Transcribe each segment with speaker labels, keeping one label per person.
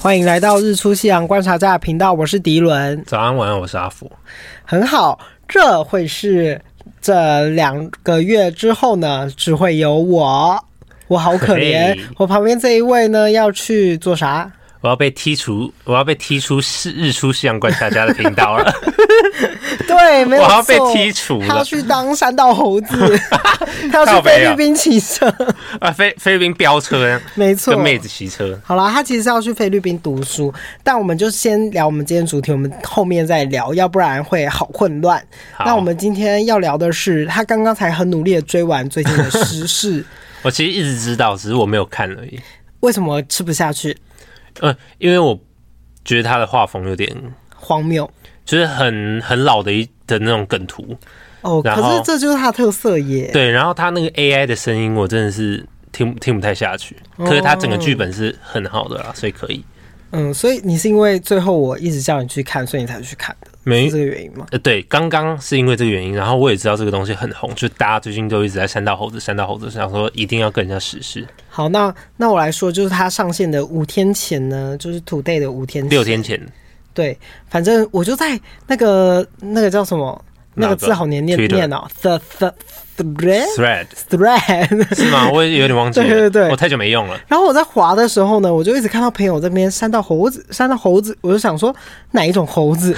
Speaker 1: 欢迎来到日出夕阳观察站频道，我是迪伦。
Speaker 2: 早安，晚安，我是阿福。
Speaker 1: 很好，这会是这两个月之后呢，只会有我。我好可怜
Speaker 2: 嘿，
Speaker 1: 我旁边这一位呢要去做啥？
Speaker 2: 我要被剔除，我要被剔出是日出夕阳观察家的频道了，
Speaker 1: 对，没有
Speaker 2: 我要被
Speaker 1: 错
Speaker 2: 剔除
Speaker 1: 他要
Speaker 2: 了
Speaker 1: 去当山道 猴子，他要去
Speaker 2: 靠北
Speaker 1: 菲
Speaker 2: 啊
Speaker 1: 律宾骑车，
Speaker 2: 啊！菲菲律宾飙车，
Speaker 1: 没错，
Speaker 2: 跟妹子骑车，
Speaker 1: 好啦，他其实是要去菲律宾读书，但我们就先聊我们今天主题，我们后面再聊，要不然会好混乱。
Speaker 2: 好
Speaker 1: 那我们今天要聊的是，他刚刚才很努力的追完最近的时 事，
Speaker 2: 我其实一直知道，只是我没有看而已。
Speaker 1: 为什么吃不下去？
Speaker 2: 嗯、因为我觉得他的画风有点，
Speaker 1: 荒谬
Speaker 2: 就是很很老的一的那种梗图。
Speaker 1: 哦，可
Speaker 2: 然后
Speaker 1: 是这就是他的特色耶。
Speaker 2: 对，然后他那个 AI 的声音，我真的是听听不太下去。可是他整个剧本是很好的啦，所以可以。
Speaker 1: 嗯，所以你是因为最后我一直叫你去看，所以你才去看的，
Speaker 2: 没
Speaker 1: 是这个原因吗？
Speaker 2: 呃，对，刚刚是因为这个原因，然后我也知道这个东西很红，就大家最近都一直在山道猴子，山道猴子，想说一定要跟人家实施。
Speaker 1: 好，那那我来说，就是他上线的五天前呢，就是 Today 的五天前
Speaker 2: 六天前，
Speaker 1: 对，反正我就在那个那个叫什么那
Speaker 2: 哪
Speaker 1: 个
Speaker 2: 个
Speaker 1: 字好难念
Speaker 2: Twitter
Speaker 1: 念哦，the the thread
Speaker 2: Thread
Speaker 1: thread。
Speaker 2: 是吗？我也有点忘记 了，
Speaker 1: 对对对
Speaker 2: 我太久没用了。
Speaker 1: 然后我在滑的时候呢，我就一直看到朋友这边删到猴子，删到猴子，我就想说哪一种猴 子，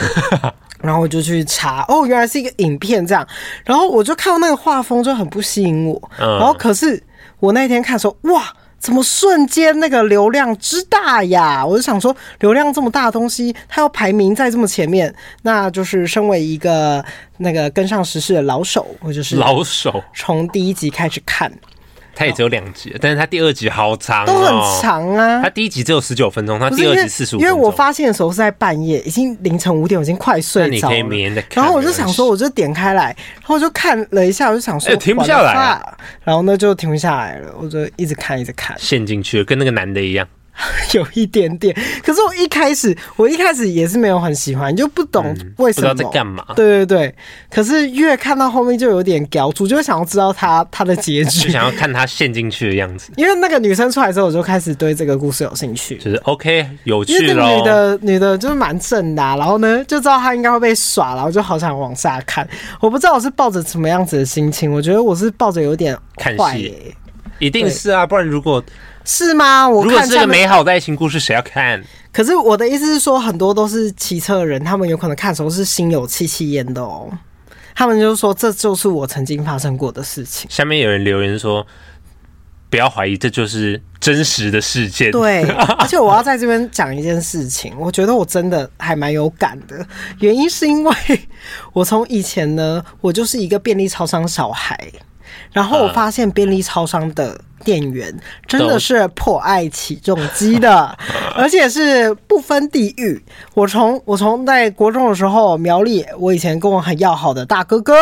Speaker 1: 然后我就去查，哦，原来是一个影片这样，然后我就看到那个画风就很不吸引我，
Speaker 2: 嗯
Speaker 1: 然后可是我那一天看的时候，哇，怎么瞬间那个流量之大呀？我就想说，流量这么大的东西，它要排名在这么前面，那就是身为一个那个跟上时事的老手，我就是
Speaker 2: 老手，
Speaker 1: 从第一集开始看，
Speaker 2: 他也只有两集，但是他第二集好长、哦，
Speaker 1: 都很。长啊。
Speaker 2: 他第一集只有十九分钟，他
Speaker 1: 不是
Speaker 2: 第
Speaker 1: 因
Speaker 2: 二
Speaker 1: 为
Speaker 2: 集四十五
Speaker 1: 因
Speaker 2: 分
Speaker 1: 为
Speaker 2: 钟。
Speaker 1: 我发现的时候是在半夜，已经凌晨五点，我已经快睡
Speaker 2: 那你
Speaker 1: 着
Speaker 2: 可以
Speaker 1: 了。
Speaker 2: 明天再看
Speaker 1: 然后我就想说，
Speaker 2: 没
Speaker 1: 我就点开来，然后我就看了一下，我就想说
Speaker 2: 哎停不下来啊
Speaker 1: what the fuck 然后呢就停不下来了，我就一直看一直看，
Speaker 2: 陷进去了，跟那个男的一样。
Speaker 1: 有一点点。可是我一开始我一开始也是没有很喜欢，就不懂为什么。
Speaker 2: 嗯不知道在干嘛
Speaker 1: 对对对，可是越看到后面就有点屌住，就会想要知道他他的结
Speaker 2: 就
Speaker 1: 局。
Speaker 2: 想要看他陷进去的样子，
Speaker 1: 因为那个女生出来之后，我就开始对这个故事有兴趣。
Speaker 2: 就是 OK 有
Speaker 1: 因为
Speaker 2: 趣
Speaker 1: 那个
Speaker 2: 喽
Speaker 1: 女。的女的就是蛮正的啊、然后呢就知道她应该会被耍，然后就好想往下看。我不知道我是抱着什么样子的心情，我觉得我是抱着有点
Speaker 2: 看
Speaker 1: 坏、
Speaker 2: 戏
Speaker 1: 耶
Speaker 2: 一定是啊，不然如果
Speaker 1: 是吗？我
Speaker 2: 如果
Speaker 1: 看
Speaker 2: 是个
Speaker 1: 下面，
Speaker 2: 美好的爱情故事，谁要看？
Speaker 1: 可是我的意思是说，很多都是骑车的人，他们有可能看的时候是心有戚戚焉的哦。他们就说这就是我曾经发生过的事情。
Speaker 2: 下面有人留言说，不要怀疑，这就是真实的事件。
Speaker 1: 对，而且我要在这边讲一件事情，我觉得我真的还蛮有感的。原因是因为我从以前呢，我就是一个便利超商小孩，然后我发现便利超商的店员真的是破爱起重机 的，而且是不分地域。我从我从在国中的时候，苗栗我以前跟我很要好的大哥哥，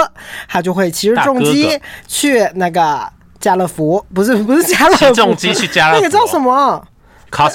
Speaker 1: 他就会骑着
Speaker 2: 大
Speaker 1: 重
Speaker 2: 哥
Speaker 1: 机
Speaker 2: 哥
Speaker 1: 去那个家乐福，不是不是家乐
Speaker 2: 骑
Speaker 1: 福，
Speaker 2: 重机去家乐
Speaker 1: 那个叫
Speaker 2: 福
Speaker 1: 什么？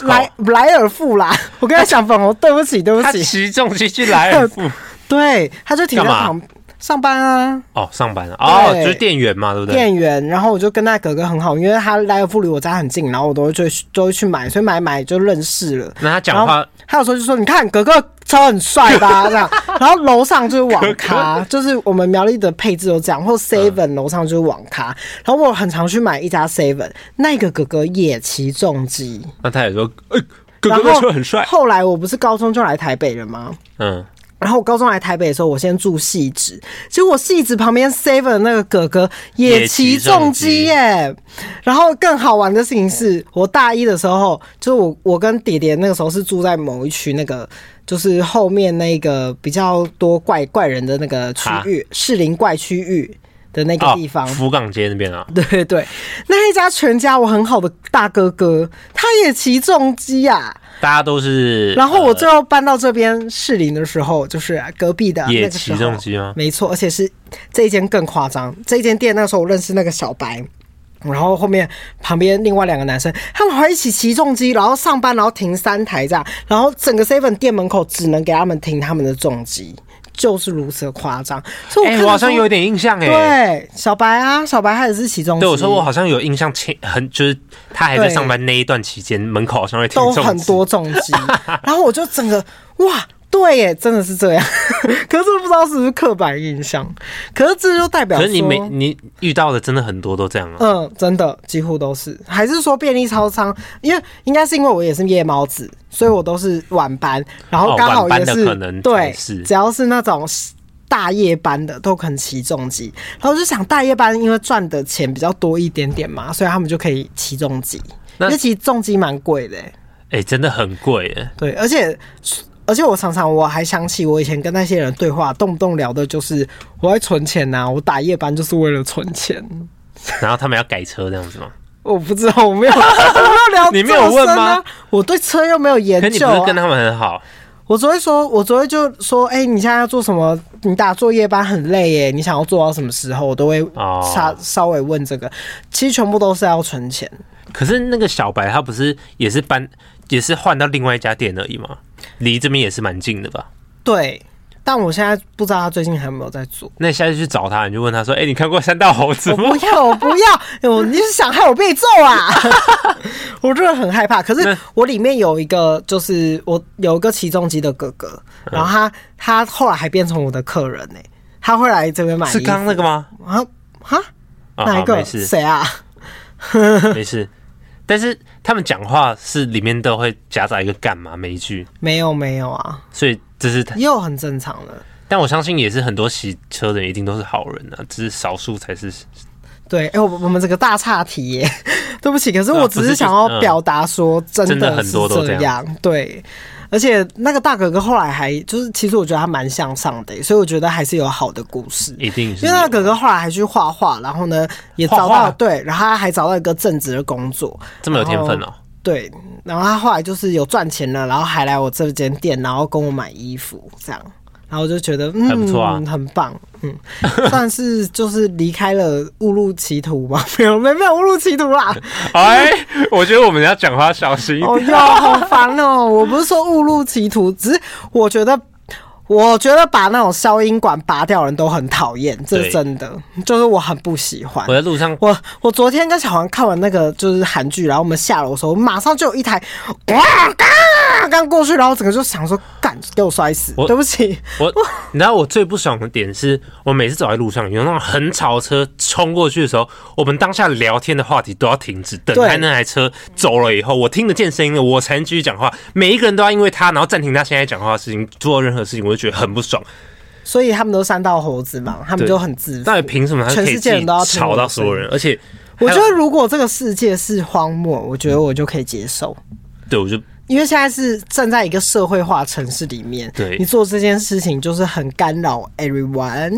Speaker 1: 莱
Speaker 2: ，Costco，
Speaker 1: 莱尔富啦， 我跟他讲粉红，对不起，对不
Speaker 2: 他
Speaker 1: 起，
Speaker 2: 骑重机去莱尔 富
Speaker 1: 对，他就停在
Speaker 2: 干嘛
Speaker 1: 旁上班啊，
Speaker 2: 哦，上班了哦，
Speaker 1: 对
Speaker 2: 就是店员嘛，对不对？
Speaker 1: 店员。然后我就跟那哥哥很好，因为他莱尔富离我家很近，然后我都会去都会去买，所以买买就认识了。
Speaker 2: 那他讲
Speaker 1: 然后
Speaker 2: 话，
Speaker 1: 他有时候就说：“你看，哥哥车很帅 吧？”这样，然后楼上就是网咖，就是我们苗栗的配置有这样，
Speaker 2: 嗯
Speaker 1: 或 Seven 楼上就是网咖。然后我很常去买一家 Seven，那个哥哥也骑重机，
Speaker 2: 那他也说，呃，哥
Speaker 1: 然
Speaker 2: 哥
Speaker 1: 后
Speaker 2: 的车很帅，
Speaker 1: 后来我不是高中就来台北了吗？
Speaker 2: 嗯，
Speaker 1: 然后我高中来台北的时候，我先住戏子，结果戏子旁边 Seven 那个哥哥也
Speaker 2: 也
Speaker 1: 骑
Speaker 2: 骑
Speaker 1: 重
Speaker 2: 重
Speaker 1: 机
Speaker 2: 机
Speaker 1: 耶。然后更好玩的事情是我大一的时候，就是我我跟爹爹那个时候是住在某一区那个。就是后面那个比较多怪怪人的那个区域，士林怪区域的那个
Speaker 2: 哦
Speaker 1: 地方，
Speaker 2: 福港街那边啊，
Speaker 1: 对对对，那一家全家我很好的大哥哥，他也骑重机啊，
Speaker 2: 大家都是。
Speaker 1: 然后我最
Speaker 2: 呃
Speaker 1: 后搬到这边士林的时候，就是隔壁的那
Speaker 2: 也
Speaker 1: 个时
Speaker 2: 骑
Speaker 1: 候
Speaker 2: 重机吗？
Speaker 1: 没错，而且是这一间更夸张，这一间店那个时候我认识那个小白。然后后面旁边另外两个男生，他们还一起骑重机，然后上班，然后停三台这样，然后整个 seven 店门口只能给他们停他们的重机，就是如此的夸张。所以我
Speaker 2: 哎、
Speaker 1: 看到
Speaker 2: 我好像
Speaker 1: 说
Speaker 2: 有点印象哎、
Speaker 1: 对小白啊，小白他也是其中之一，
Speaker 2: 对，我说我好像有印象，前很就是他还在
Speaker 1: 对
Speaker 2: 上班那一段期间，门口好像会听
Speaker 1: 都
Speaker 2: 众
Speaker 1: 很
Speaker 2: 指
Speaker 1: 多重 击，然后我就整个哇，对耶，真的是这样。 可是不知道是不是刻板印象，可是这就代表
Speaker 2: 可
Speaker 1: 说，
Speaker 2: 是你每你遇到的真的很多都这样啊，
Speaker 1: 嗯，真的几乎都是，还是说便利超商？因为应该是因为我也是夜猫子，所以我都是晚班，然后
Speaker 2: 哦
Speaker 1: 刚好
Speaker 2: 晚班
Speaker 1: 也
Speaker 2: 的
Speaker 1: 是、
Speaker 2: 可能
Speaker 1: 对，
Speaker 2: 是
Speaker 1: 只要是那种大夜班的都可能骑重机，然后我就想大夜班因为赚的钱比较多一点点嘛，所以他们就可以骑重机，
Speaker 2: 那
Speaker 1: 因为骑重机蛮贵的欸、
Speaker 2: 哎、真的很贵哎、
Speaker 1: 对，而且而且我常常我还想起我以前跟那些人对话，动不动聊的就是我在存钱呐、我打夜班就是为了存钱。
Speaker 2: 然后他们要改车这样子吗？
Speaker 1: 我不知道，我没有，我 没有聊、啊，
Speaker 2: 你没有问吗？
Speaker 1: 我对车又没有研
Speaker 2: 可你
Speaker 1: 究、
Speaker 2: 不是跟
Speaker 1: 啊。
Speaker 2: 他们很好，
Speaker 1: 我昨天说，我昨天就说，哎、你现在要做什么？你打坐夜班很累耶，你想要做到什么时候？我都会
Speaker 2: 哦
Speaker 1: 稍稍微问这个。其实全部都是要存钱。
Speaker 2: 可是那个小白他不是也是搬也是换到另外一家店而已吗？离这边也是蛮近的吧？
Speaker 1: 对，但我现在不知道他最近还有没有在做。
Speaker 2: 那你下次去找他，你就问他说：“哎、你看过三道猴子
Speaker 1: 我
Speaker 2: 吗
Speaker 1: 不要，我不要，哎我你是想害我被揍啊！ 我真的很害怕。可是
Speaker 2: 那
Speaker 1: 我里面有一个，就是我有一个起重机的哥哥，
Speaker 2: 嗯
Speaker 1: 然后他他后来还变成我的客人呢、他会来这边买？”衣
Speaker 2: 是
Speaker 1: 服
Speaker 2: 刚刚那个吗？
Speaker 1: 啊哈
Speaker 2: 啊
Speaker 1: 哪一
Speaker 2: 好
Speaker 1: 个
Speaker 2: 没事
Speaker 1: 谁啊？
Speaker 2: 没事。但是他们讲话是里面都会夹杂一个干嘛每一句，
Speaker 1: 没有没有啊，
Speaker 2: 所以这是他。
Speaker 1: 也有很正常的。
Speaker 2: 但我相信也是很多洗车的人一定都是好人啊，只是少数才是。
Speaker 1: 对，哎、我我们这个大岔题耶，对不起，可是
Speaker 2: 啊
Speaker 1: 我
Speaker 2: 不
Speaker 1: 只
Speaker 2: 是
Speaker 1: 是
Speaker 2: 就
Speaker 1: 想
Speaker 2: 是
Speaker 1: 要
Speaker 2: 嗯
Speaker 1: 表达说，真
Speaker 2: 真的很
Speaker 1: 是
Speaker 2: 多都
Speaker 1: 这
Speaker 2: 这样
Speaker 1: 样，对。而且那个大哥哥后来还就是，其实我觉得他蛮向上的耶，所以我觉得还是有好的故事。
Speaker 2: 一定是
Speaker 1: 因为那个哥哥后来还去画画，然后呢也找到
Speaker 2: 画画
Speaker 1: 对，然后他还找到一个正职的工作，
Speaker 2: 这么有天分哦、
Speaker 1: 对，然后他后来就是有赚钱了，然后还来我这间店，然后跟我买衣服这样，然后我就觉得嗯，
Speaker 2: 还不错啊
Speaker 1: 很棒，嗯， 算是就是离开了误入歧途嘛，没有没有没有误入歧途 啦，
Speaker 2: 哎，我觉得我们要讲话小 心。
Speaker 1: 哦哟，好烦哦！我不是说误入歧途，只是我觉得，我觉得把那种消音管拔掉的人都很讨厌，这是
Speaker 2: 对
Speaker 1: 真的，就是我很不喜欢
Speaker 2: 我。在路上，
Speaker 1: 我我昨天跟小黄看完那个就是韩剧，然后我们下楼的时候，马上就有一台哇刚刚过去，然后我整个就想说，干给我摔死，
Speaker 2: 我
Speaker 1: 对不起，
Speaker 2: 我你知道我最不爽的点是，我每次走在路上，有那种很吵的车冲过去的时候，我们当下聊天的话题都要停止，等
Speaker 1: 对
Speaker 2: 待那台车走了以后，我听得见声音了，我才能继续讲话。每一个人都要因为他，然后暂停他现在讲话的事情，做任何事情，我就觉得很不爽。
Speaker 1: 所以他们都三道猴子嘛，他们
Speaker 2: 对
Speaker 1: 就很自负
Speaker 2: 到。底凭什么他
Speaker 1: 全
Speaker 2: 可以
Speaker 1: 世界
Speaker 2: 自
Speaker 1: 人
Speaker 2: 己
Speaker 1: 都要听我
Speaker 2: 吵
Speaker 1: 的
Speaker 2: 到所有人？而且
Speaker 1: 我觉
Speaker 2: 还
Speaker 1: 得
Speaker 2: 有
Speaker 1: 如果这个世界是荒漠，我觉得我就可以接受。
Speaker 2: 对，我就
Speaker 1: 因为现在是站在一个社会化城市里面，
Speaker 2: 对
Speaker 1: 你做这件事情就是很干扰 everyone。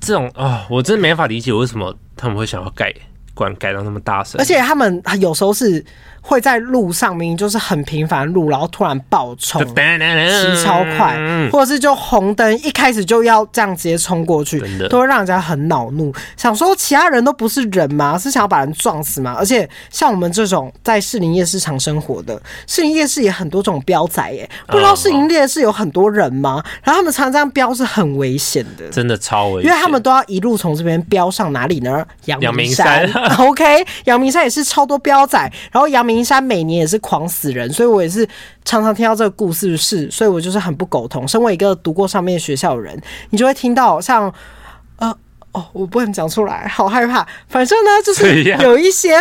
Speaker 2: 这种啊、我真的没法理解为什么他们会想要改管改到那么大声，
Speaker 1: 而且他们有时候是会在路上面，就是很平凡的路，然后突然爆冲
Speaker 2: 就，骑
Speaker 1: 骑超
Speaker 2: 嗯
Speaker 1: 快，或者是就红灯一开始就要这样直接冲过去
Speaker 2: 真，的
Speaker 1: 都会让人家很恼怒，想说其他人都不是人吗？是想要把人撞死吗？而且像我们这种在士林夜市常生活的，士林夜市也很多种标仔耶、不
Speaker 2: 哦
Speaker 1: 知道士林夜市有很多人吗？然后他们常常这样标是很危险的。
Speaker 2: 真的超危
Speaker 1: 因
Speaker 2: 险，
Speaker 1: 为他们都要一路从这边飙上哪里呢？阳
Speaker 2: 阳
Speaker 1: 明
Speaker 2: 明
Speaker 1: 山。
Speaker 2: 山
Speaker 1: OK，阳明山也是超多飙仔，然后阳明山每年也是狂死人，所以我也是常常听到这个故事是，所以我就是很不苟同。身为一个读过上面学校的人，你就会听到像呃。哦，我不能讲出来，好害怕。反正呢，就是
Speaker 2: 怎样
Speaker 1: 有一些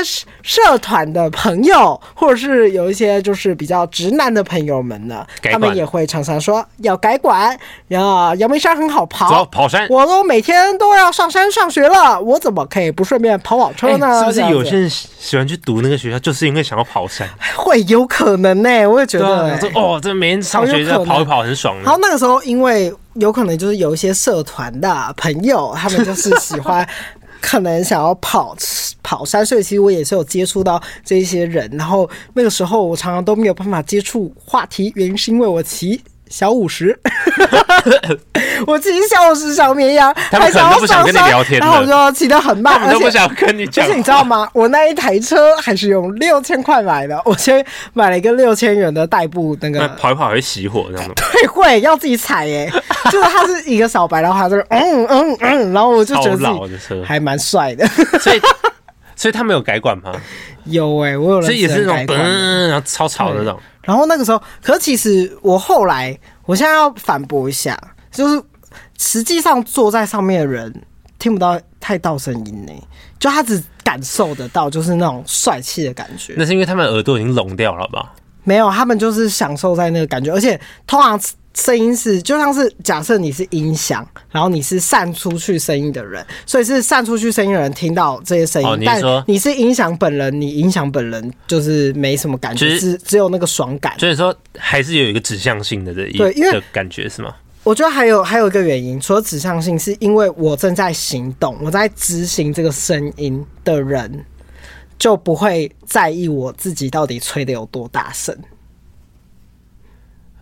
Speaker 1: 社团的朋友，或者是有一些就是比较直男的朋友们呢，
Speaker 2: 改
Speaker 1: 他们
Speaker 2: 管
Speaker 1: 也会常常说要改管，然后阳明山很好跑，
Speaker 2: 走跑山
Speaker 1: 我都每天都要上山上学了，我怎么可以不顺便跑跑车
Speaker 2: 哎
Speaker 1: 呢？
Speaker 2: 是不是
Speaker 1: 这样子
Speaker 2: 有些人喜喜欢去读那个学校，就是因为想要跑山？
Speaker 1: 会有可能呢、我也觉
Speaker 2: 对
Speaker 1: 得、
Speaker 2: 啊，
Speaker 1: 欸
Speaker 2: 我说哦，这每天上学
Speaker 1: 好有可
Speaker 2: 要
Speaker 1: 能
Speaker 2: 跑一跑，很爽
Speaker 1: 然后
Speaker 2: 的。
Speaker 1: 那个时候，因为有可能就是有一些社团的朋友，他们就是喜欢， 可能想要跑跑山，所以其实我也是有接触到这一些人。然后那个时候我常常都没有办法接触话题，原因是因为我骑小五十， 我骑小五十小绵羊，
Speaker 2: 他们
Speaker 1: 还
Speaker 2: 可能
Speaker 1: 想
Speaker 2: 都
Speaker 1: 要
Speaker 2: 不想
Speaker 1: 上
Speaker 2: 跟你
Speaker 1: 山
Speaker 2: 聊天了
Speaker 1: 然后我就骑得很慢，
Speaker 2: 他们
Speaker 1: 而
Speaker 2: 都不
Speaker 1: 且。
Speaker 2: 想跟你
Speaker 1: 而
Speaker 2: 讲话。
Speaker 1: 且你知道吗？我那一台车还是用六千块买的，我先买了一个六千元的代步那
Speaker 2: 那
Speaker 1: 个
Speaker 2: 跑一跑会熄火那种。
Speaker 1: 退会，要自己踩耶、 就是他是一个小白，然后他这边嗯嗯嗯，然后 我就觉得
Speaker 2: 超老的
Speaker 1: 自己
Speaker 2: 车
Speaker 1: 还蛮帅的。
Speaker 2: 所以， 所以他没有改管吗？
Speaker 1: 有哎、我有人
Speaker 2: 所以也是那
Speaker 1: 改
Speaker 2: 种嗯
Speaker 1: 款的
Speaker 2: 嘣，然后超吵的那种。
Speaker 1: 然后那个时候，可是其实我后来，我现在要反驳一下，就是实际上坐在上面的人听不到太到声音呢、就他只感受得到就是那种帅气的感觉，
Speaker 2: 那是因为他们耳朵已经聋掉了吧？
Speaker 1: 没有，他们就是享受在那个感觉，而且通常。声音是就像是假设你是音响，然后你是散出去声音的人，所以是散出去声音的人听到这些声音，
Speaker 2: 哦你是
Speaker 1: 但
Speaker 2: 说
Speaker 1: 你是音响本人，你音响本人就是没什么感觉，
Speaker 2: 就是
Speaker 1: 只只有那个爽感。
Speaker 2: 所以说还是有一个指向性的这一
Speaker 1: 对因为
Speaker 2: 的感觉是吗？
Speaker 1: 我觉得还有还有一个原因，除了指向性，是因为我正在行动，我在执行这个声音的人，就不会在意我自己到底吹的有多大 声。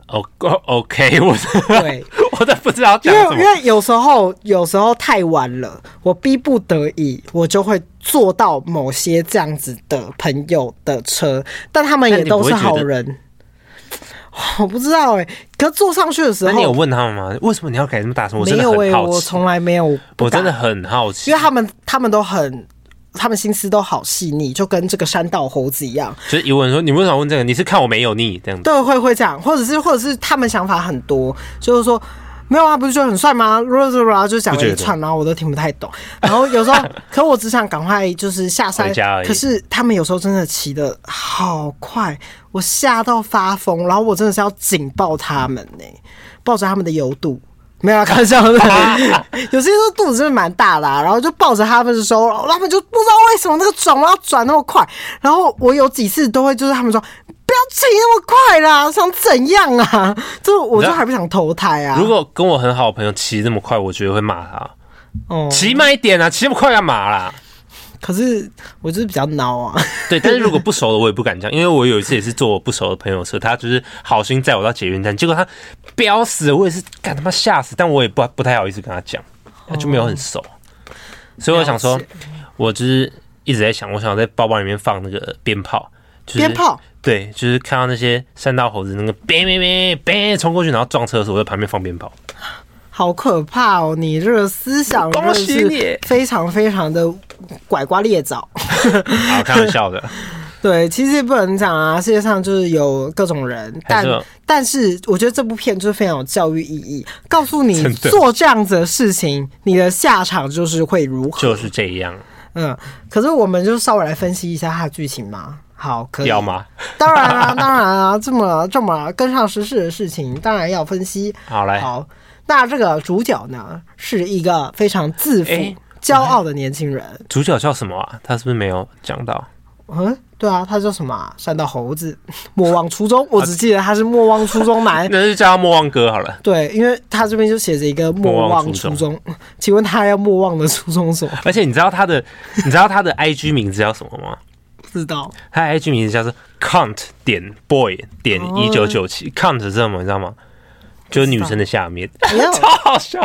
Speaker 2: 哦哦，OK，我
Speaker 1: 对，
Speaker 2: 我都 不知道
Speaker 1: 因
Speaker 2: 讲
Speaker 1: 为
Speaker 2: 什
Speaker 1: 因
Speaker 2: 么。
Speaker 1: 为有时候有时候太晚了，我逼不得已，我就会坐到某些这样子的朋友的车，但他们
Speaker 2: 那
Speaker 1: 也
Speaker 2: 你
Speaker 1: 都
Speaker 2: 不会
Speaker 1: 是
Speaker 2: 觉得
Speaker 1: 好人。 我不知道哎、可坐上去的时
Speaker 2: 那你有
Speaker 1: 候
Speaker 2: 问他们吗？为什么你要改这么大声？我
Speaker 1: 没
Speaker 2: 真的
Speaker 1: 有哎、
Speaker 2: 很好
Speaker 1: 我
Speaker 2: 奇，
Speaker 1: 从来没有不
Speaker 2: 我真的
Speaker 1: 敢
Speaker 2: 很好奇
Speaker 1: 因为，他们他们都很，他们心思都好细腻，就跟这个山道猴子一样，
Speaker 2: 就是疑问说你为什么问这个？你是看我没有腻这样子？
Speaker 1: 对，会会这样，或者是或者是他们想法很多，就是说。没有啊，不是就很帅吗？啦啦啦，就讲了一串，然后我都听不太懂。然后有时候，可我只想赶快就是下山
Speaker 2: 回家而。已
Speaker 1: 可是他们有时候真的骑的好快，我吓到发疯，然后我真的是要紧抱他们呢、抱着他们的油肚。没有啊，开玩笑 的。 有些时候肚子真的蛮大的、啊，然后就抱着他们的时候，然后他们就不知道为什么那个转弯要转那么快。然后我有几次都会就是他们说不要骑那么快啦，想怎样啊？ 就我就还不想投胎啊。
Speaker 2: 如果跟我很好的朋友骑这么快，我觉得会骂他，
Speaker 1: 哦，
Speaker 2: 骑慢一点啊，骑那么快干嘛啦？
Speaker 1: 可是我就是比较孬啊。
Speaker 2: 对，但是如果不熟的我也不敢讲，因为我有一次也是坐我不熟的朋友车，他就是好心载我到捷运站，结果他飙死了，我也是干他妈吓死，但我也不不太好意思跟他讲，他就没有很熟，所以我想说
Speaker 1: 了解，
Speaker 2: 我就是一直在想，我想在包包里面放那个鞭炮，就是、
Speaker 1: 鞭炮，
Speaker 2: 对，就是看到那些山道猴子那个鞭鞭鞭鞭冲过去，然后撞车的时候，我在旁边放鞭炮，
Speaker 1: 好可怕哦！你这个思想真的
Speaker 2: 恭喜
Speaker 1: 是
Speaker 2: 你
Speaker 1: 非常非常的拐瓜裂枣。
Speaker 2: 好开玩笑的，
Speaker 1: 对，其实也不能讲啊，世界上就是有各种人，
Speaker 2: 还
Speaker 1: 但
Speaker 2: 是有
Speaker 1: 但是我觉得这部片就是非常有教育意义，告诉你
Speaker 2: 真的
Speaker 1: 做这样子的事情，你的下场就是会如何。
Speaker 2: 就是这样，
Speaker 1: 嗯，可是我们就稍微来分析一下它的剧情嘛。好，可以
Speaker 2: 要？吗？
Speaker 1: 当然啊，当然啊，这么这么跟上时事的事情，当然要分析。
Speaker 2: 好来，
Speaker 1: 好，那这个主角呢，是一个非常自负、
Speaker 2: 哎
Speaker 1: 骄傲的年轻人。
Speaker 2: 主角叫什么啊？他是不是没有讲到？
Speaker 1: 嗯，对啊，他叫什么、啊？山道猴子，莫忘初衷。我只记得他是莫忘初衷男。
Speaker 2: 那就叫他莫忘哥好了。
Speaker 1: 对，因为他这边就写着一个莫
Speaker 2: 莫忘
Speaker 1: 忘
Speaker 2: 初
Speaker 1: 初衷，请问他要莫忘的初衷是什么？
Speaker 2: 而且你知道他的， 你知道他的 IG 名字叫什么吗？
Speaker 1: 不知 道。
Speaker 2: 他的 IG 名字叫做 count 点 boy 点
Speaker 1: 哦
Speaker 2: 一九九七，count 是什么？你知道吗？就是女生的下面，
Speaker 1: 没有
Speaker 2: 超好笑，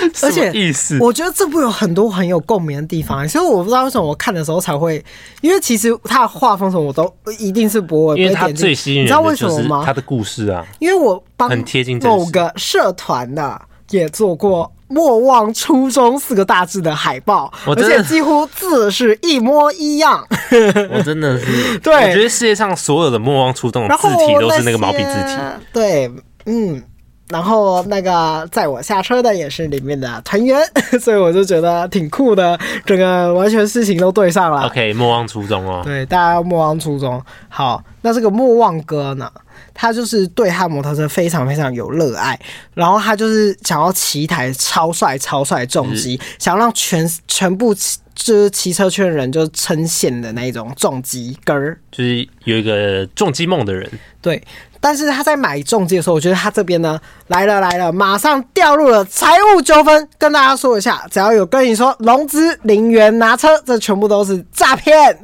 Speaker 1: 而
Speaker 2: 什
Speaker 1: 且
Speaker 2: 么意思。
Speaker 1: 我觉得这部有很多很有共鸣的地方，欸所以我不知道为什么我看的时候才会，因为其实他的画风什么我都一定是不会，
Speaker 2: 因为
Speaker 1: 不会
Speaker 2: 他
Speaker 1: 点进
Speaker 2: 最吸引
Speaker 1: 你知道
Speaker 2: 人
Speaker 1: 为
Speaker 2: 的
Speaker 1: 什
Speaker 2: 就
Speaker 1: 么
Speaker 2: 是
Speaker 1: 吗
Speaker 2: 他？的故事啊，
Speaker 1: 因为我帮
Speaker 2: 很贴近真实
Speaker 1: 某个社团的、也做过“莫忘初衷”四个大字的海报，
Speaker 2: 我
Speaker 1: 而
Speaker 2: 真的
Speaker 1: 且几乎字是一模一 样。
Speaker 2: 我真的 是，
Speaker 1: 对
Speaker 2: 我觉得世界上所有的莫忘初衷的
Speaker 1: 然后
Speaker 2: 字体都是那个毛笔字
Speaker 1: 那
Speaker 2: 体，
Speaker 1: 些啊对，嗯。然后那个载我下车的也是里面的团员， 所以我就觉得挺酷的，整个完全事情都对上了。
Speaker 2: OK，莫忘初衷哦。
Speaker 1: 对，大家要莫忘初衷。好，那这个莫忘哥呢，他就是对他摩托车非常非常有热爱，然后他就是想要骑一台超帅超帅的重机，想让全全部骑就是骑车圈的人就称羡的那一种重机根儿。
Speaker 2: 就是有一个重击梦的人，
Speaker 1: 对，但是他在买重机的时候，我觉得他这边呢来了来了，马上掉入了财务纠纷。跟大家说一下，只要有跟你说融资零元拿车，这全部都是诈骗。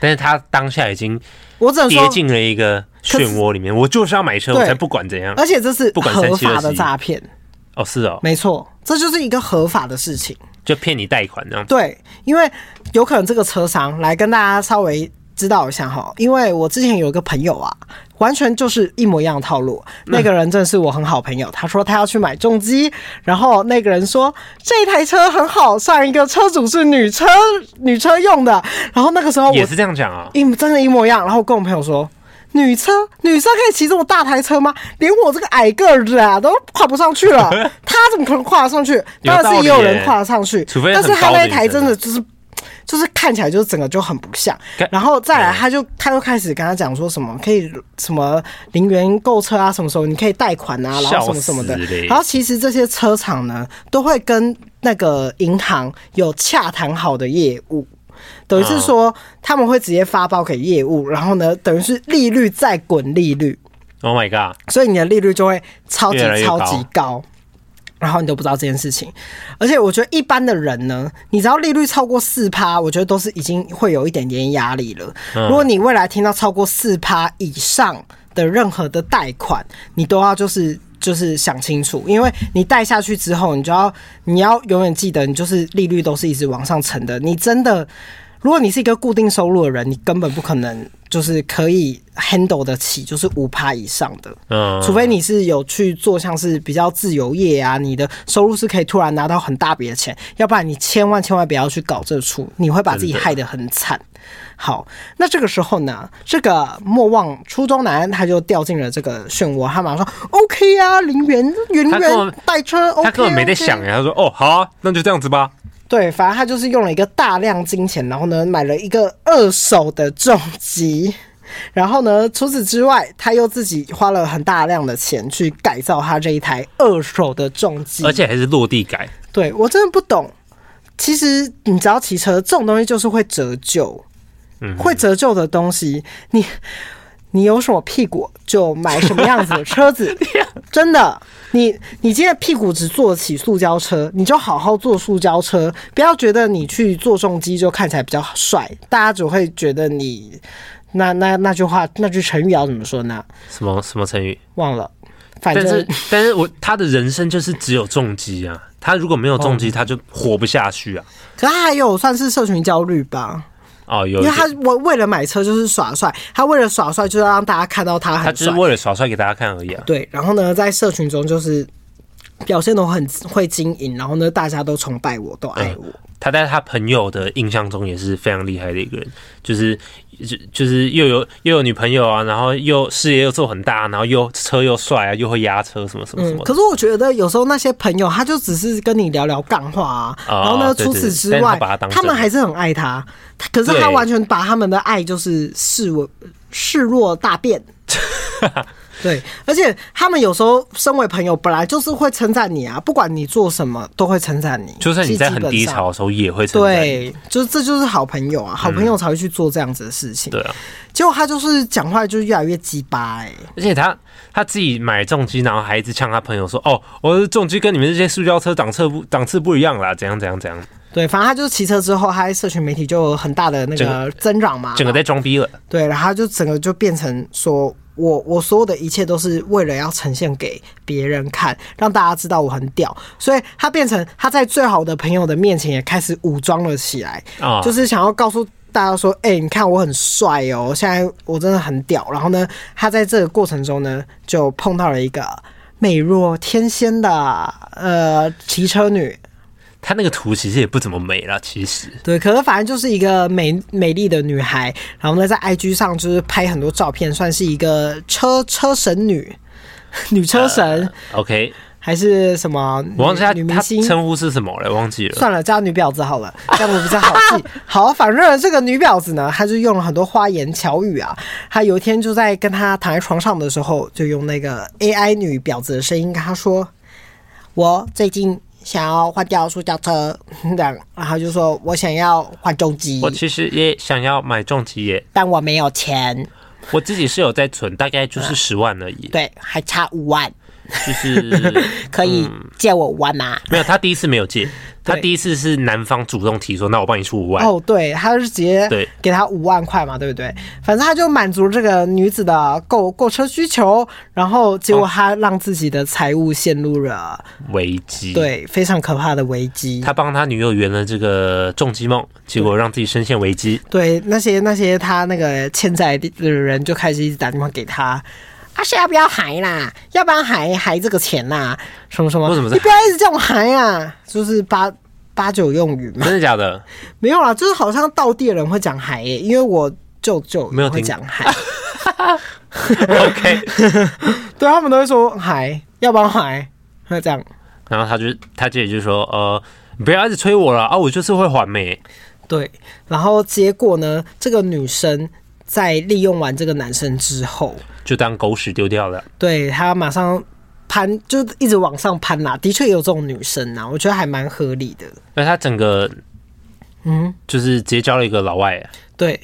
Speaker 2: 但是他当下已经
Speaker 1: 我只能
Speaker 2: 跌
Speaker 1: 说，
Speaker 2: 进了一个漩涡里面。我就是要买车，
Speaker 1: 对哎
Speaker 2: 我才不管怎样。
Speaker 1: 而且这是
Speaker 2: 嗯不管
Speaker 1: 合
Speaker 2: 37
Speaker 1: 法的
Speaker 2: 21
Speaker 1: 诈骗，
Speaker 2: 哦，是哦，
Speaker 1: 没错，这就是一个合法的事情。
Speaker 2: 就骗你贷款这样。
Speaker 1: 对，因为有可能这个车商来跟大家稍微知道一下哈，因为我之前有一个朋友啊，完全就是一模一样的套路。那个人正是我很好朋友，他说他要去买重机，然后那个人说这台车很好，上一个车主是女车女车用的，然后那个时候我
Speaker 2: 也是这样讲啊，
Speaker 1: 一模真的一模一样，然后我跟我朋友说。女车，女生可以骑这么大台车吗？连我这个矮个儿的啊，都跨不上去了。 他怎么可能跨得上去？
Speaker 2: 有
Speaker 1: 当然是也有
Speaker 2: 道理
Speaker 1: 人
Speaker 2: 耶
Speaker 1: 跨得上去，
Speaker 2: 除非
Speaker 1: 但
Speaker 2: 很
Speaker 1: 是他
Speaker 2: 高
Speaker 1: 那
Speaker 2: 的
Speaker 1: 一台
Speaker 2: 女生
Speaker 1: 真的就是。就是看起来就是整个就很不像
Speaker 2: 看，
Speaker 1: 然后再
Speaker 2: 嗯
Speaker 1: 来他就他就开始跟他讲说什么可以什么零元购车啊，什么时候你可以贷款啊，然后什么什么的
Speaker 2: 笑死嘞。
Speaker 1: 然后其实这些车厂呢都会跟那个银行有洽谈好的业务，等于是说他们会直接发包给业务，然后呢等于是利率再滚利率，
Speaker 2: Oh my god！
Speaker 1: 所以你的利率就会超级
Speaker 2: 越来越
Speaker 1: 超
Speaker 2: 高
Speaker 1: 级高，然后你都不知道这件事情。而且我觉得一般的人呢，你只要利率超过四趴，我觉得都是已经会有一点点压力了。
Speaker 2: 嗯
Speaker 1: 如果你未来听到超过四趴以上的任何的贷款，你都要就是。就是想清楚，因为你贷下去之后，你就要你要永远记得，你就是利率都是一直往上乘的。你真的，如果你是一个固定收入的人，你根本不可能就是可以 handle 得起，就是五趴以上的。
Speaker 2: 嗯，
Speaker 1: 除非你是有去做像是比较自由业啊，你的收入是可以突然拿到很大笔的钱，要不然你千万千万不要去搞这出，你会把自己害得很惨。好，那这个时候呢，这个莫忘初衷男他就掉进了这个漩涡，他马上说 OK 啊，零元零
Speaker 2: 他根
Speaker 1: 元
Speaker 2: 本
Speaker 1: 带车 OK，
Speaker 2: 他根本没在
Speaker 1: OK
Speaker 2: 想哎，他说哦好啊，那就这样子吧。
Speaker 1: 对，反正他就是用了一个大量金钱，然后呢买了一个二手的重机， 然后呢除此之外，他又自己花了很大量的钱去改造他这一台二手的重机
Speaker 2: 而。且还是落地改，
Speaker 1: 对我真的不懂，其实你只要骑车这种东西就是会折旧，
Speaker 2: 嗯
Speaker 1: 会折旧的东西，你你有什么屁股就买什么样子的车子，真的。你你今天屁股只坐得起塑胶车，你就好好坐塑胶车，不要觉得你去做重机就看起来比较帅，大家只会觉得你那那那句话那句成语要怎么说呢？
Speaker 2: 什么什么成语？
Speaker 1: 忘了，反
Speaker 2: 但是
Speaker 1: 正
Speaker 2: 但是我他的人生就是只有重击啊，他如果没有重
Speaker 1: 哦
Speaker 2: 击，他就活不下去啊。
Speaker 1: 可他还有哎算是社群焦虑吧。
Speaker 2: 哦，有一
Speaker 1: 因为
Speaker 2: 点，
Speaker 1: 他我为了买车就是耍帅，他为了耍帅就是要让大家看到他
Speaker 2: 他
Speaker 1: 很
Speaker 2: 就是
Speaker 1: 帅，
Speaker 2: 为了耍帅给大家看而已啊。
Speaker 1: 对。然后呢，在社群中就是表现得很会经营，然后呢，大家都崇拜我，都
Speaker 2: 嗯
Speaker 1: 爱我。
Speaker 2: 他在他朋友的印象中也是非常厉害的一个人，就是就就是又有又有女朋友啊，然后又事业又做很大，然后又车又帅啊，又会压车什么什么什
Speaker 1: 嗯，
Speaker 2: 么的。
Speaker 1: 可是我觉得有时候那些朋友，他就只是跟你聊聊干话啊，
Speaker 2: 哦
Speaker 1: 然后呢，
Speaker 2: 对
Speaker 1: 除
Speaker 2: 对
Speaker 1: 此之
Speaker 2: 对但是他
Speaker 1: 外
Speaker 2: 把他，当
Speaker 1: 他们
Speaker 2: 真
Speaker 1: 还是很爱他，他可是他
Speaker 2: 对
Speaker 1: 完全把他们的爱就是视为视若大 便。对，而且他们有时候身为朋友，本来就是会称赞你啊，不管你做什么都会称赞你，
Speaker 2: 就算你
Speaker 1: 基
Speaker 2: 在
Speaker 1: 基
Speaker 2: 很
Speaker 1: 本
Speaker 2: 低
Speaker 1: 上
Speaker 2: 潮的时候，也会存在。
Speaker 1: 对，就是这就是好朋友啊，好朋友才会去做这样子的事情。
Speaker 2: 嗯对啊，
Speaker 1: 结果他就是讲话就越来越鸡巴哎、
Speaker 2: 而且他他自己买重机，然后还一直呛他朋友说：“哦，我的重机跟你们这些塑胶车档次不档次不一样啦，怎样怎样怎样，
Speaker 1: 对，反正他就是骑车之后，他在社群媒体就有很大的那
Speaker 2: 整
Speaker 1: 个增长嘛，
Speaker 2: 整个在装逼了。
Speaker 1: 对，然后他就整个就变成说我我所有的一切都是为了要呈现给别人看，让大家知道我很屌，所以他变成他在最好的朋友的面前也开始武装了起来，
Speaker 2: 啊
Speaker 1: 就是想要告诉。大家说：“哎、你看我很帅哦，现在我真的很屌。”然后呢，他在这个过程中呢，就碰到了一个美若天仙的呃骑车女，
Speaker 2: 他那个图其实也不怎么美啦，其实
Speaker 1: 对，可是反正就是一个美美丽的女孩，然后呢，在 IG 上就是拍很多照片，算是一个车车神女， 女车神、
Speaker 2: OK，
Speaker 1: 还是什么女？
Speaker 2: 呃我忘记他
Speaker 1: 女
Speaker 2: 他
Speaker 1: 明星。
Speaker 2: 称呼是什么了，忘记了。
Speaker 1: 算了，叫她女婊子好了，这样我比较好 记。好，反正这个女婊子呢，她就用了很多花言巧语啊。她有一天就在跟她躺在床上的时候，就用那个 AI 女婊子的声音跟她说：“我最近想要换掉塑胶车， 这样。”然后就说：“我想要换重机。”
Speaker 2: 我其实也想要买重疾耶，
Speaker 1: 但我没有钱，啊
Speaker 2: 我自己是有在存，大概就是十万而已。
Speaker 1: 对，还差五万。
Speaker 2: 就是
Speaker 1: 可以借我玩吗？
Speaker 2: 没有，他第一次没有借，他
Speaker 1: 对
Speaker 2: 第一次是男方主动提说，那我帮你出五万。
Speaker 1: 哦，对，他是直接
Speaker 2: 对
Speaker 1: 给他五万块嘛，对不对？反正他就满足这个女子的购购车需求，然后结果他让自己的财务陷入了、
Speaker 2: 危机，，
Speaker 1: 对非常可怕的危机。
Speaker 2: 嗯他帮他女友圆了这个重击梦，结果让自己深陷危机。
Speaker 1: 对那些那些他那个欠债的人就开始一直打电话给他。啊，是要不要还啦？要不要还还这个钱呐、什么什么？
Speaker 2: 为什么是
Speaker 1: 你不要一直叫我还啊？就是八八九用语嘛。
Speaker 2: 真的 假的？
Speaker 1: 没有啦，就是好像道地的人会讲海耶、因为我舅舅
Speaker 2: 没有
Speaker 1: 也会
Speaker 2: 听
Speaker 1: 讲海，
Speaker 2: OK，
Speaker 1: 对他们都会说海，要不然海，会这样。
Speaker 2: 然后他就他姐就说，呃，你不要一直催我了啊，我就是会还没。
Speaker 1: 对，然后结果呢，这个女生在利用完这个男生之后，
Speaker 2: 就当狗屎丢掉了，
Speaker 1: 对她马上攀，就一直往上攀啦。的确有这种女生啊，我觉得还蛮合理的。
Speaker 2: 那他整个
Speaker 1: 嗯，
Speaker 2: 就是直接交了一个老外，
Speaker 1: 对，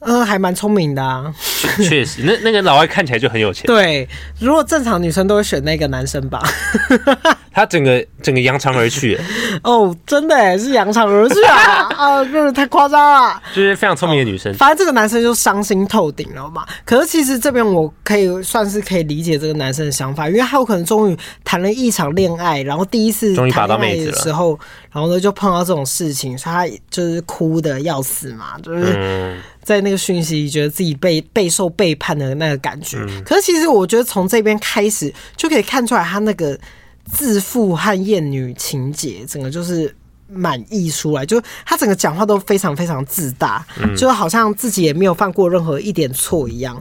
Speaker 1: 嗯、还蛮聪明的 啊。
Speaker 2: 确确实，那那个老外看起来就很有钱，
Speaker 1: 对，如果正常女生都会选那个男生吧。
Speaker 2: 他整个整个扬长而去，
Speaker 1: 哦，真的哎，是扬长而去啊！啊，真的太夸张了。
Speaker 2: 就是非常聪明的女生。
Speaker 1: 反正这个男生就伤心透顶了嘛。可是其实这边我可以算是可以理解这个男生的想法，因为他有可能终于谈了一场恋爱，然后第一次
Speaker 2: 终于
Speaker 1: 谈
Speaker 2: 把到
Speaker 1: 恋爱
Speaker 2: 妹子
Speaker 1: 的
Speaker 2: 了
Speaker 1: 时候，然后呢就碰到这种事情，所以他就是哭的要死嘛，就是
Speaker 2: 嗯，
Speaker 1: 在那个讯息里觉得自己被备受背叛的那个感觉。
Speaker 2: 嗯
Speaker 1: 可是其实我觉得从这边开始就可以看出来他那个自负和厌女情节，整个就是。满溢出来，就是他整个讲话都非常非常自大，
Speaker 2: 嗯
Speaker 1: 就是好像自己也没有犯过任何一点错一样。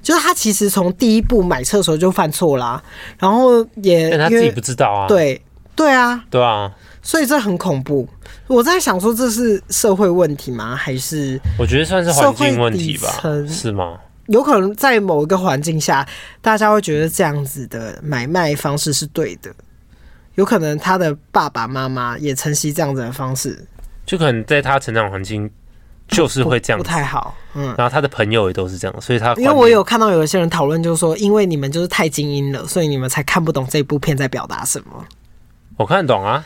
Speaker 1: 就是他其实从第一步买车的时候就犯错啦，然后也
Speaker 2: 但他
Speaker 1: 因
Speaker 2: 自己
Speaker 1: 为
Speaker 2: 不知道啊。
Speaker 1: 对对啊，
Speaker 2: 对啊，
Speaker 1: 所以这很恐怖。我在想说这是社会问题吗？还是
Speaker 2: 我觉得算是环境问题吧
Speaker 1: 社会底层，
Speaker 2: 是吗？
Speaker 1: 有可能在某一个环境下，大家会觉得这样子的买卖方式是对的。有可能他的爸爸妈妈也承袭这样子的方式，
Speaker 2: 就可能在他成长环境就是会这样
Speaker 1: 不
Speaker 2: 子，
Speaker 1: 太好。嗯，
Speaker 2: 然后他的朋友也都是这样，所以他
Speaker 1: 因为我有看到有一些人讨论，就是说，因为你们就是太精英了，所以你们才看不懂这部片在表达什么。
Speaker 2: 我看得懂啊。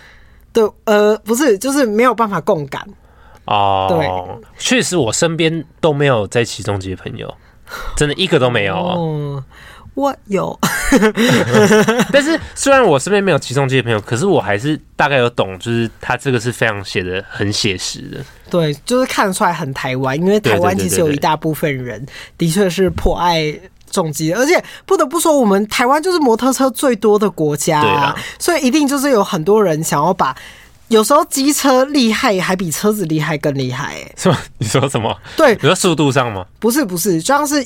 Speaker 1: 对，呃，不是，就是没有办法共感。
Speaker 2: 哦，确实我身边都没有在其中几个朋友，真的一个都没有哦。
Speaker 1: 哦，我有，
Speaker 2: 但是虽然我身边没有其中这些朋友，可是我还是大概有懂，就是他这个是非常写的很写实的。
Speaker 1: 对，就是看得出来很台湾，因为台湾
Speaker 2: 对对对
Speaker 1: 其实有
Speaker 2: 对
Speaker 1: 一
Speaker 2: 对
Speaker 1: 大部分人的确是颇爱重机，而且不得不说，我们台湾就是摩托车最多的国家、
Speaker 2: 对啊
Speaker 1: 所以一定就是有很多人想要把。有时候机车厉害，还比车子厉害更厉害、欸。
Speaker 2: 是吗？ 你说什么？
Speaker 1: 对
Speaker 2: 你，说速度上吗？
Speaker 1: 不是不是，就像是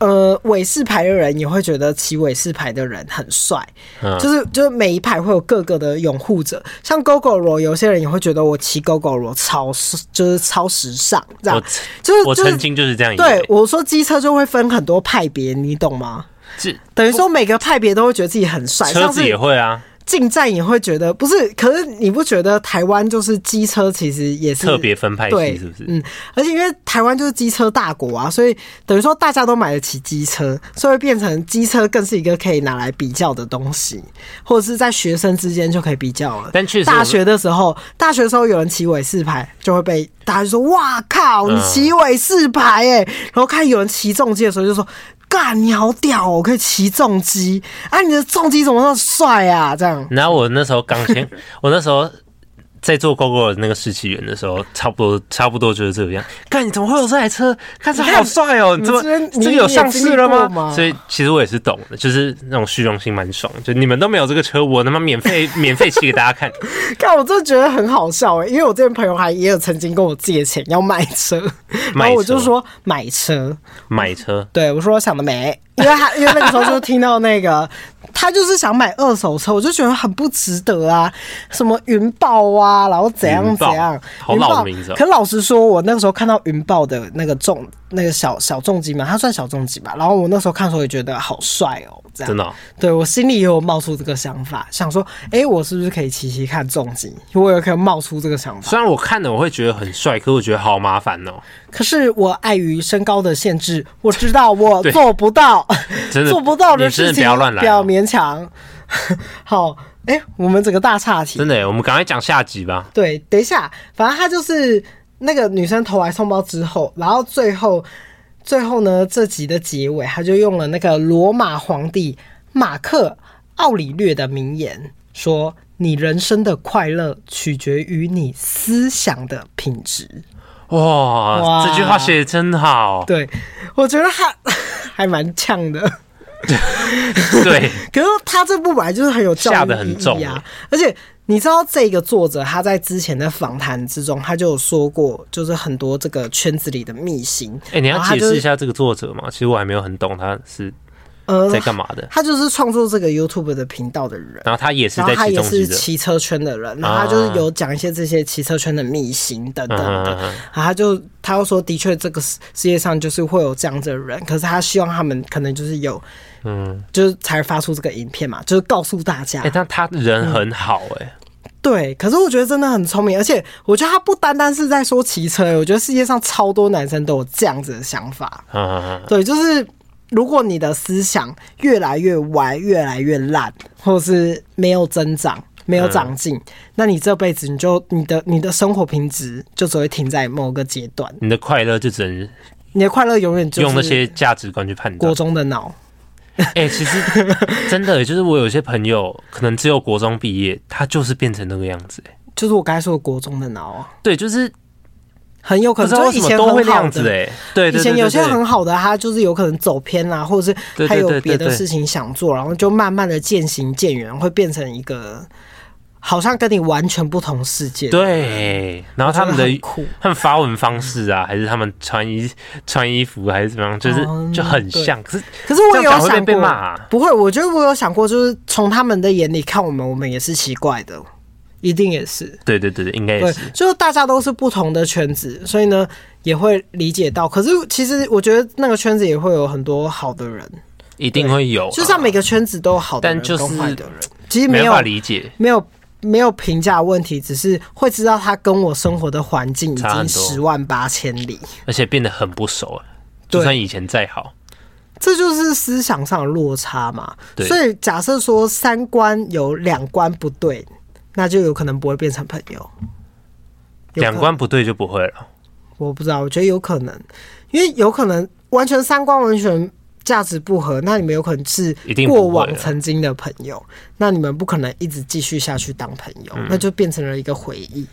Speaker 1: 呃，尾式牌的人也会觉得骑尾式牌的人很帅，
Speaker 2: 嗯
Speaker 1: 就是就是每一排会有各个的拥护者。像 GoGo 罗，有些人也会觉得我骑 GoGo 罗超时就是超时尚，这样
Speaker 2: 我曾
Speaker 1: 就是
Speaker 2: 我
Speaker 1: 就是
Speaker 2: 曾经就是这样以
Speaker 1: 对
Speaker 2: 为，
Speaker 1: 我说机车就会分很多派别，你懂吗？
Speaker 2: 这
Speaker 1: 等于说每个派别都会觉得自己很帅，
Speaker 2: 车
Speaker 1: 像
Speaker 2: 子也
Speaker 1: 是
Speaker 2: 会啊，
Speaker 1: 进站也会觉得不是，可是你不觉得台湾就是机车其实也是
Speaker 2: 特别分派
Speaker 1: 对，
Speaker 2: 系是不是？
Speaker 1: 嗯，而且因为台湾就是机车大国啊，所以等于说大家都买得起机车，所以会变成机车更是一个可以拿来比较的东西，或者是在学生之间就可以比较了。
Speaker 2: 但确实我
Speaker 1: 大
Speaker 2: 们
Speaker 1: 学的时候，大学的时候有人骑尾四牌，就会被大家就说：“哇靠，你
Speaker 2: 嗯
Speaker 1: 骑尾四牌哎、然后看有人骑重机的时候，就说：“干，你好屌、哦，我可以骑重机啊！你的重机怎么那么帅啊？”这样，
Speaker 2: 然后我那时候刚 签，我那时候在做 GoGo 的那个试骑员的时候，差不多差不多就是这个样。看你怎么会有这台车？看这好帅哦！你怎么
Speaker 1: 你这边
Speaker 2: 这个有上市了
Speaker 1: 你也经历
Speaker 2: 吗
Speaker 1: 过吗
Speaker 2: 所以其实我也是懂的，就是那种虚荣心蛮爽的。就你们都没有这个车，我他妈免费 免费骑给大家看。
Speaker 1: 看，我真的觉得很好笑哎、因为我之前朋友还也有曾经跟我借钱要买车，然后我就说买车，
Speaker 2: 买车
Speaker 1: 对我说想得美，因为他因为那个时候就听到那个他就是想买二手车，我就觉得很不值得啊，什么云豹啊，然后怎样
Speaker 2: 云
Speaker 1: 怎
Speaker 2: 豹
Speaker 1: 样，
Speaker 2: 好
Speaker 1: 云
Speaker 2: 老的
Speaker 1: 豹
Speaker 2: 名字哦
Speaker 1: 可老实说，我那个时候看到云豹的那个重那个小小重机嘛，它算小重机吧，然后我那时候看的时候也觉得好帅哦，这样
Speaker 2: 真的哦、
Speaker 1: 对我心里也有冒出这个想法，想说，哎、我是不是可以骑骑看重机？我有可能冒出这个想法，
Speaker 2: 虽然我看了我会觉得很帅，可我觉得好麻烦哦，
Speaker 1: 可是我碍于身高的限制，我知道我
Speaker 2: 对
Speaker 1: 做不到，
Speaker 2: 真的
Speaker 1: 做不到的
Speaker 2: 你真
Speaker 1: 事
Speaker 2: 的
Speaker 1: 情，
Speaker 2: 不要乱来哦
Speaker 1: 不要勉强。 好，哎、我们整个大岔题
Speaker 2: 真。的耶，我们赶快讲下集吧。
Speaker 1: 对，等一下，反正他就是那个女生投来送包之后，然后最后最后呢，这集的结尾他就用了那个罗马皇帝马克奥里略的名言，说：“你人生的快乐取决于你思想的品质。”
Speaker 2: 哇，
Speaker 1: 哇
Speaker 2: 这句话写的真好。
Speaker 1: 对，我觉得他 还蛮呛的。
Speaker 2: 对，
Speaker 1: 可是他这部本来就是很有教育
Speaker 2: 下得很重
Speaker 1: 意义啊，而且你知道这个作者他在之前的访谈之中，他就有说过，就是很多这个圈子里的秘辛。
Speaker 2: 哎、你要
Speaker 1: 然后他
Speaker 2: 解
Speaker 1: 就是
Speaker 2: 释一下这个作者吗？其实我还没有很懂他是
Speaker 1: 呃
Speaker 2: 在干嘛的。
Speaker 1: 他就是创作这个 YouTube 的频道的人。
Speaker 2: 然后他也是
Speaker 1: 然后
Speaker 2: 在
Speaker 1: 他
Speaker 2: 其
Speaker 1: 也
Speaker 2: 中
Speaker 1: 是
Speaker 2: 之的。
Speaker 1: 骑车圈的
Speaker 2: 啊
Speaker 1: 人，然后他就是有讲一些这些骑车圈的秘辛等等的，啊
Speaker 2: 嗯嗯嗯嗯
Speaker 1: 然后他就他又说，的确这个世世界上就是会有这样子的人，可是他希望他们可能就是有，
Speaker 2: 嗯，
Speaker 1: 就是才发出这个影片嘛，就是告诉大家，
Speaker 2: 哎、但他
Speaker 1: 嗯
Speaker 2: 人很好哎、
Speaker 1: 对，可是我觉得真的很聪明，而且我觉得他不单单是在说骑车，我觉得世界上超多男生都有这样子的想法。
Speaker 2: 嗯，
Speaker 1: 对，就是如果你的思想越来越歪、越来越烂，或是没有增长、没有长
Speaker 2: 嗯
Speaker 1: 进，那你这辈子你就你的你的生活品质就只会停在某个阶段，
Speaker 2: 你的快乐就只能
Speaker 1: 你的快乐永远就
Speaker 2: 用那
Speaker 1: 是
Speaker 2: 些价值观去判断
Speaker 1: 国。中的脑。
Speaker 2: 哎、其实真的、欸就是我有些朋友可能只有国中毕业，他就是变成那个样子、哎
Speaker 1: 就是我刚才说的国中的脑啊，
Speaker 2: 对，就是
Speaker 1: 很有可能
Speaker 2: 不知道
Speaker 1: 就
Speaker 2: 为
Speaker 1: 是以
Speaker 2: 什
Speaker 1: 前
Speaker 2: 么都会那
Speaker 1: 很好
Speaker 2: 样子
Speaker 1: 的
Speaker 2: 哎、对
Speaker 1: 以
Speaker 2: 对对
Speaker 1: 前
Speaker 2: 对
Speaker 1: 有些
Speaker 2: 对
Speaker 1: 很好的，他就是有可能走偏啦，或者是
Speaker 2: 对对
Speaker 1: 他有
Speaker 2: 对
Speaker 1: 别的
Speaker 2: 对对
Speaker 1: 事情想做，然后就慢慢的渐行渐远，会变成一个好像跟你完全不同世界。，
Speaker 2: 对，然后他们
Speaker 1: 我觉得很
Speaker 2: 的
Speaker 1: 酷
Speaker 2: 他们发文方式啊，还是他们穿衣穿衣服还是怎么样，就是
Speaker 1: 哦
Speaker 2: 就很像，可是
Speaker 1: 可是我
Speaker 2: 这
Speaker 1: 也
Speaker 2: 样
Speaker 1: 有
Speaker 2: 讲会
Speaker 1: 想
Speaker 2: 被被
Speaker 1: 过，
Speaker 2: 骂啊
Speaker 1: 不会，我觉得我有想过，就是从他们的眼里看我们，我们也是奇怪的，一定也是。
Speaker 2: 对对对对，应该也
Speaker 1: 对
Speaker 2: 是，
Speaker 1: 就是大家都是不同的圈子，所以呢也会理解到。可是其实我觉得那个圈子也会有很多好的人，
Speaker 2: 一定会有啊，
Speaker 1: 就像每个圈子都有好的人
Speaker 2: 但就是
Speaker 1: 跟坏的人，其实没
Speaker 2: 没
Speaker 1: 有
Speaker 2: 办法理解，
Speaker 1: 没有没有评价问题，只是会知道他跟我生活的环境已
Speaker 2: 差很
Speaker 1: 经
Speaker 2: 多
Speaker 1: 十万八千里，
Speaker 2: 而且变得很不熟哎，
Speaker 1: 对
Speaker 2: 就算以前再好，
Speaker 1: 这就是思想上的落差嘛。
Speaker 2: 对
Speaker 1: 所以假设说三观有两观不对，那就有可能不会变成朋友。有可
Speaker 2: 两观不对就不会了。
Speaker 1: 我不知道，我觉得有可能，因为有可能完全三观完全。价值不合，那你们有可能是
Speaker 2: 一定不会
Speaker 1: 过往
Speaker 2: 啊
Speaker 1: 曾经的朋友，那你们不可能一直继续下去当朋友，
Speaker 2: 嗯
Speaker 1: 那就变成了一个回忆。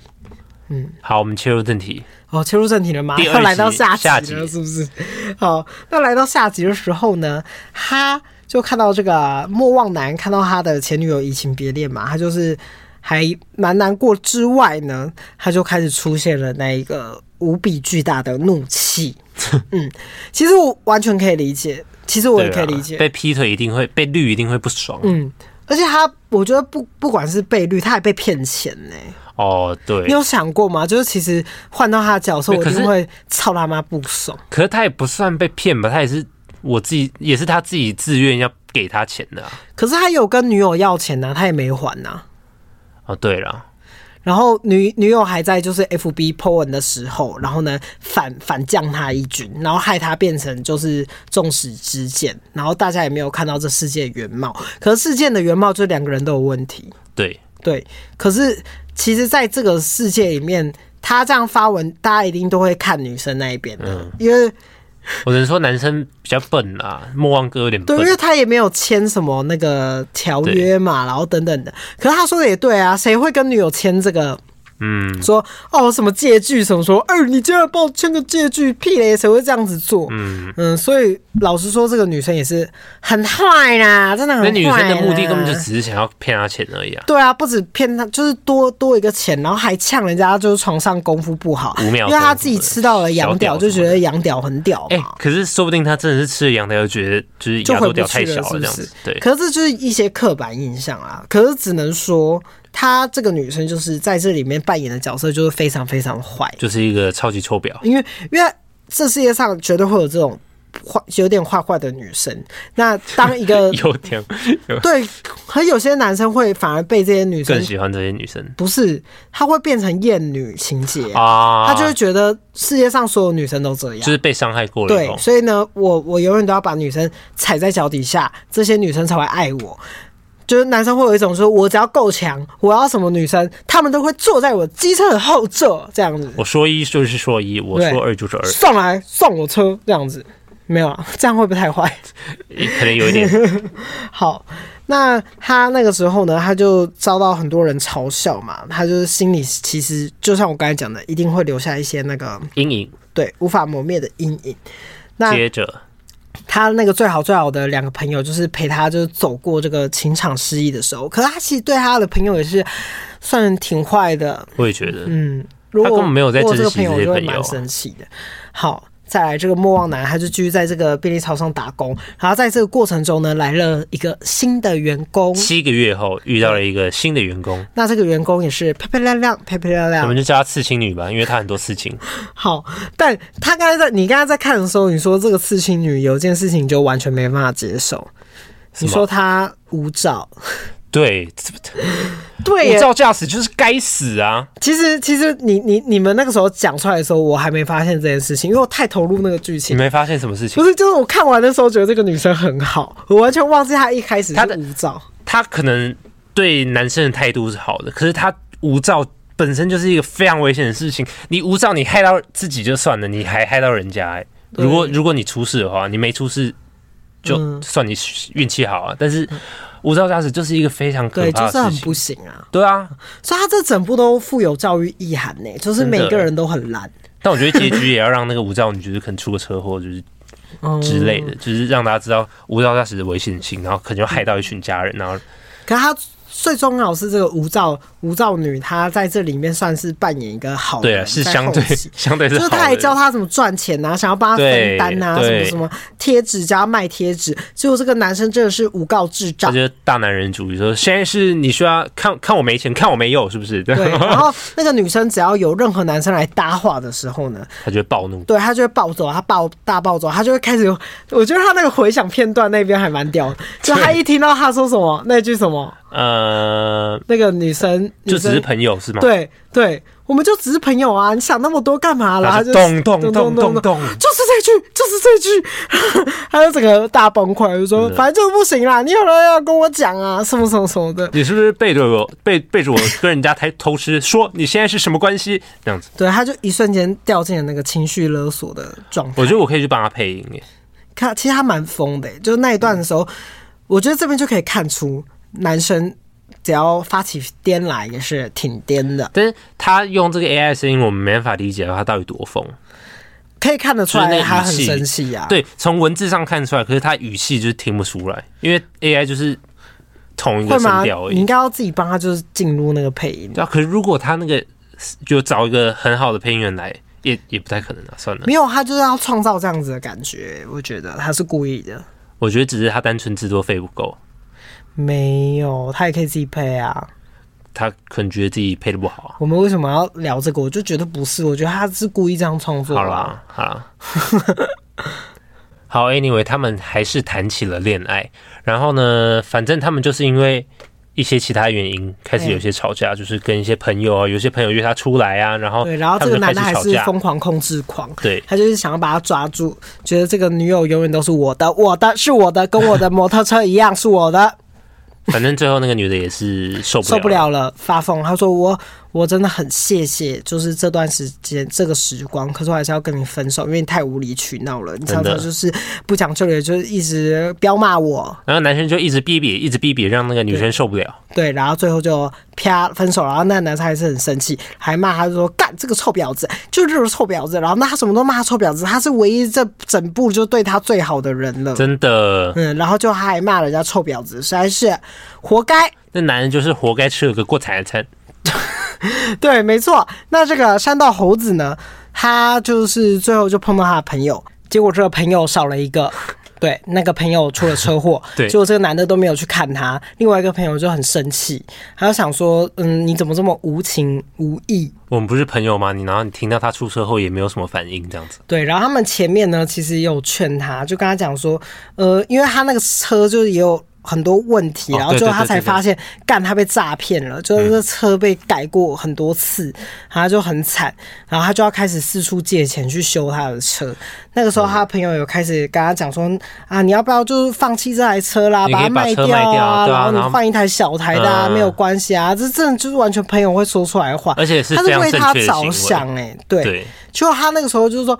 Speaker 2: 好，我们切入正题，
Speaker 1: 哦，切入正题了吗？
Speaker 2: 第二
Speaker 1: 要
Speaker 2: 集
Speaker 1: 来到下
Speaker 2: 下
Speaker 1: 集了，
Speaker 2: 集
Speaker 1: 是不是？好，那来到下集的时候呢，他就看到这个莫忘男看到他的前女友移情别恋嘛，他就是还蛮难过之外呢，他就开始出现了那一个无比巨大的怒 气。嗯，其实我完全可以理解，其实我也
Speaker 2: 对
Speaker 1: 可以
Speaker 2: 啊
Speaker 1: 理解，
Speaker 2: 被劈腿一定会被绿一定会不爽
Speaker 1: 嗯。而且他，我觉得不不管是被绿，他还被骗钱呢、
Speaker 2: 哦，对
Speaker 1: 你，有想过吗？就是其实换到他的角色，
Speaker 2: 对
Speaker 1: 我一
Speaker 2: 可
Speaker 1: 定
Speaker 2: 是
Speaker 1: 会操他妈不爽。
Speaker 2: 可是他也不算被骗吧，他也是我自己也是他自己自愿要给他钱的啊。
Speaker 1: 可是他有跟女友要钱呐、啊他也没还呐、
Speaker 2: 哦，对了。
Speaker 1: 然后女女友还在就是 F B po 文的时候，然后呢反反将他一军，然后害他变成就是众矢之箭，然后大家也没有看到这事件的原貌。可是事件的原貌就两个人都有问题，
Speaker 2: 对，
Speaker 1: 对。可是其实在这个世界里面，他这样发文，大家一定都会看女生那一边的，因为
Speaker 2: 我只能说男生比较笨啊，莫忘哥有点
Speaker 1: 对，
Speaker 2: 笨
Speaker 1: 因。为他也没有签什么那个条约嘛，然后等等的。可是他说的也对啊，谁会跟女友签这个？
Speaker 2: 嗯，
Speaker 1: 说哦什么借据什么说，哎、你竟然帮我签个借据，屁嘞，谁会这样子做？嗯所以老实说，这个女生也是很坏啦，真的很坏啦。
Speaker 2: 那女生的目的根本就只是想要骗他钱而已啊。
Speaker 1: 对啊，不止骗她，就是多多一个钱，然后还呛人家就是床上功夫不好，
Speaker 2: 五秒
Speaker 1: 因
Speaker 2: 钟
Speaker 1: 为她自己吃到了羊屌，
Speaker 2: 小屌
Speaker 1: 就觉得羊屌很屌嘛。
Speaker 2: 哎、可是说不定他真的是吃了羊的，又觉得就是
Speaker 1: 就
Speaker 2: 牙
Speaker 1: 回
Speaker 2: 都
Speaker 1: 不
Speaker 2: 掉
Speaker 1: 去
Speaker 2: 太
Speaker 1: 了，
Speaker 2: 小
Speaker 1: 是不
Speaker 2: 了这样
Speaker 1: 是
Speaker 2: 子。？对，
Speaker 1: 可是这就是一些刻板印象啊。可是只能说，她这个女生就是在这里面扮演的角色就是非常非常坏，
Speaker 2: 就是一个超级臭婊。
Speaker 1: 因为因为这世界上绝对会有这种坏有点坏坏的女生。那当一个
Speaker 2: 有点有
Speaker 1: 对，可有些男生会反而被这些女
Speaker 2: 更
Speaker 1: 生
Speaker 2: 喜欢这些女生
Speaker 1: 不是，他会变成厌女情节，
Speaker 2: 啊，
Speaker 1: 他就会觉得世界上所有女生都这样，
Speaker 2: 就是被伤害过了以
Speaker 1: 对，
Speaker 2: 后，
Speaker 1: 所以呢，我我永远都要把女生踩在脚底下，这些女生才会爱我。就是男生会有一种说，我只要够强，我要什么女生，他们都会坐在我机车的后座这样子，
Speaker 2: 我说一就是说一，我
Speaker 1: 对
Speaker 2: 说二就 是二，
Speaker 1: 送来送我车这样子，没有啊， 这样会不会太坏？
Speaker 2: 也可能有一点
Speaker 1: 好，那他那个时候呢，他就遭到很多人嘲笑嘛，他就是心里其实就像我刚才讲的，一定会留下一些那个
Speaker 2: 阴影。
Speaker 1: 对无法磨灭的阴影。 那
Speaker 2: 接着，
Speaker 1: 他那个最好最好的两个朋友，就是陪他就是走过这个情场失意的时候，可是他其实对他的朋友也是算挺坏的，
Speaker 2: 我也觉得，
Speaker 1: 嗯，如果
Speaker 2: 他根本没有在
Speaker 1: 我这个
Speaker 2: 珍惜
Speaker 1: 朋友，
Speaker 2: 这
Speaker 1: 我
Speaker 2: 些
Speaker 1: 就会
Speaker 2: 朋友啊
Speaker 1: 蛮生气的。好，再来这个莫忘男，他就继续在这个便利超商打工，然后在这个过程中呢，来了一个新的员工。
Speaker 2: 七个月后遇到了一个新的员工，
Speaker 1: 那这个员工也是漂漂亮亮，漂漂亮
Speaker 2: 我
Speaker 1: 亮。
Speaker 2: 们就叫她刺青女吧，因为她很多刺青。
Speaker 1: 好，但他刚才在你刚才在看的时候，你说这个刺青女有一件事情就完全没办法接受，
Speaker 2: 什
Speaker 1: 你
Speaker 2: 么
Speaker 1: 说她无照，对
Speaker 2: 对，
Speaker 1: 对
Speaker 2: 无
Speaker 1: 耶，
Speaker 2: 照驾驶就是该死啊！
Speaker 1: 其实其实你你你们那个时候讲出来的时候，我还没发现这件事情，因为我太投入那个剧情
Speaker 2: 你。没发现什么事情
Speaker 1: 不？是，就是我看完的时候觉得这个女生很好，我完全忘记她一开始
Speaker 2: 她
Speaker 1: 是
Speaker 2: 的
Speaker 1: 无照。
Speaker 2: 他可能对男生的态度是好的，可是他无照本身就是一个非常危险的事情。你无照，你害到自己就算了，你还害到人家、欸。
Speaker 1: 对
Speaker 2: 如果如果你出事的话，你没出事就
Speaker 1: 嗯
Speaker 2: 算你运气好啊。但是无照驾驶就是一个非常可
Speaker 1: 对，就
Speaker 2: 怕
Speaker 1: 是
Speaker 2: 的
Speaker 1: 很
Speaker 2: 事
Speaker 1: 不
Speaker 2: 情。
Speaker 1: 行啊！
Speaker 2: 对啊，
Speaker 1: 所以她这整部都富有教育意涵呢、就是
Speaker 2: 真的
Speaker 1: 每个人都很烂、
Speaker 2: 但我觉得结局也要让那个无照女就是可能出个车祸，就是
Speaker 1: 嗯、
Speaker 2: 哦之类的，。就是让大家知道无照驾驶的危险性，然后可能就害到一群家人，然后
Speaker 1: 可她最重要的是这个无照无照女，她在这里面算是扮演一个好人，
Speaker 2: 对啊，是
Speaker 1: 嗯在
Speaker 2: 相
Speaker 1: 后
Speaker 2: 对
Speaker 1: 期
Speaker 2: 相对 是
Speaker 1: 就
Speaker 2: 好
Speaker 1: 是
Speaker 2: 的
Speaker 1: 他还教他怎么赚钱啊，想要帮他分
Speaker 2: 对
Speaker 1: 担啊，什么
Speaker 2: 对
Speaker 1: 什么贴纸加卖贴纸，结果这个男生真的是无告智
Speaker 2: 他
Speaker 1: 障
Speaker 2: 就，是大男人主义，说现在是你需要看看我没钱，看我没有，是不 是？
Speaker 1: 对。然后那个女生只要有任何男生来搭话的时候呢，
Speaker 2: 他就会暴怒。
Speaker 1: 对他就会暴走，他啊暴大暴走，他就会开始有。我觉得他那个回响片段那边还蛮屌的，就他一听到他说什么那句什么，
Speaker 2: 呃，
Speaker 1: 那个女生
Speaker 2: 就只是
Speaker 1: 女生
Speaker 2: 朋友是吗？，
Speaker 1: 对对，我们就只是朋友啊，你想那么多干嘛啦？
Speaker 2: 然后
Speaker 1: 他就
Speaker 2: 就咚咚咚咚
Speaker 1: 咚，
Speaker 2: 咚，
Speaker 1: 就是这句，就是这句， 他就整个大崩溃，就说
Speaker 2: 真的
Speaker 1: 反正就是不行啦，啊你有人要跟我讲啊，什么什么什么的。
Speaker 2: 你是不是背着我背背着我跟人家偷偷吃？说你现在是什么关系？这样子，
Speaker 1: 对，他就一瞬间掉进了那个情绪勒索的状态。
Speaker 2: 我觉得我可以去帮他配音耶。
Speaker 1: 看，其实他蛮疯的欸、就是那一段的时候，我觉得这边就可以看出，男生只要发起癫来也是挺癫的，
Speaker 2: 但是他用这个 AI 声音，我们没办法理解他到底多疯。
Speaker 1: 啊可以看得出
Speaker 2: 就是那
Speaker 1: 来
Speaker 2: 语
Speaker 1: 他很
Speaker 2: 气
Speaker 1: 生气啊呀、，
Speaker 2: 对，从文字上看出来，可是他语气就是听不出来，因为 AI 就是同一
Speaker 1: 会
Speaker 2: 个
Speaker 1: 吗
Speaker 2: 声调？而
Speaker 1: 你
Speaker 2: 已
Speaker 1: 应。该要自己帮他，就是进入那个配音。
Speaker 2: 对啊，可是如果他那个就找一个很好的配音员来，也也不太可能啊。算了，
Speaker 1: 没有，他就是要创造这样子的感觉，我觉得他是故意的。
Speaker 2: 我觉得只是他单纯制作费不够，
Speaker 1: 没有，他也可以自己配啊。
Speaker 2: 他可能觉得自己配的不好。
Speaker 1: 我们为什么要聊这个？我就觉得不是，我觉得他是故意这样创作
Speaker 2: 好
Speaker 1: 的啊。
Speaker 2: 啦，好 啦。好，anyway，他们还是谈起了恋爱。然后呢，反正他们就是因为一些其他原因开始有些吵架，就是跟一些朋友啊，有些朋友约他出来啊，然后
Speaker 1: 对，然后
Speaker 2: 他
Speaker 1: 这
Speaker 2: 们
Speaker 1: 个
Speaker 2: 就开
Speaker 1: 男
Speaker 2: 始
Speaker 1: 的还
Speaker 2: 吵
Speaker 1: 是
Speaker 2: 架。
Speaker 1: 疯狂控制狂，
Speaker 2: 对，
Speaker 1: 他就是想要把他抓住，觉得这个女友永远都是我的，我的是我的，跟我的摩托车一样是我的，
Speaker 2: 反正最后那个女的也是受不了，
Speaker 1: 受不。了了，发疯。他说我我真的很谢谢，就是这段时间这个时光，可是我还是要跟你分手，因为你太无理取闹了，你常
Speaker 2: 真的
Speaker 1: 常就是不讲究理，就是一直彪骂我，
Speaker 2: 然后男生就一直逼逼，一直逼逼，让那个女生受不了。
Speaker 1: 对，然后最后就啪分手，然后那个男生还是很生气，还骂他就说干这个臭婊子，就是这个臭婊子，然后那他什么都骂他臭婊子，他是唯一这整部就对他最好的人了。
Speaker 2: 真的，
Speaker 1: 嗯，然后就他还骂人家臭婊子，实在是活该。
Speaker 2: 那男人就是活该吃了个过彩的餐。，
Speaker 1: 对，没错。那这个山道猴子呢，他就是最后就碰到他的朋友，结果这个朋友少了一个。对，那个朋友出了车祸
Speaker 2: 对
Speaker 1: 结果这个男的都没有去看他。另外一个朋友就很生气，他就想说：“嗯，你怎么这么无情无义？”
Speaker 2: 我们不是朋友吗？你然后你听到他出车祸也没有什么反应，这样子。
Speaker 1: 对，然后他们前面呢，其实也有劝他，就跟他讲说，呃，因为他那个车就是也有很多问题，
Speaker 2: 哦
Speaker 1: 然后
Speaker 2: 对
Speaker 1: 最后
Speaker 2: 对
Speaker 1: 他
Speaker 2: 对
Speaker 1: 才
Speaker 2: 对嗯
Speaker 1: 发现，干他被诈骗了，就是这车被改过很多次，他就很惨，然后他就要开始四处借钱去修他的车。那个
Speaker 2: 嗯
Speaker 1: 时候，他朋友有开始跟他讲说，啊，你要不要就是放弃这台车啦，
Speaker 2: 你可以
Speaker 1: 它
Speaker 2: 把
Speaker 1: 卖
Speaker 2: 车卖掉
Speaker 1: 啊，
Speaker 2: 对啊
Speaker 1: 然后你
Speaker 2: 然后
Speaker 1: 换一台小台的啊，
Speaker 2: 嗯
Speaker 1: 没有关系啊，这真的就是完全朋友会说出来的话，
Speaker 2: 而且是
Speaker 1: 啊他
Speaker 2: 非
Speaker 1: 是
Speaker 2: 常
Speaker 1: 为
Speaker 2: 正
Speaker 1: 他
Speaker 2: 确的行
Speaker 1: 着
Speaker 2: 为
Speaker 1: 想哎、对。
Speaker 2: 对，
Speaker 1: 就他那个时候就是说，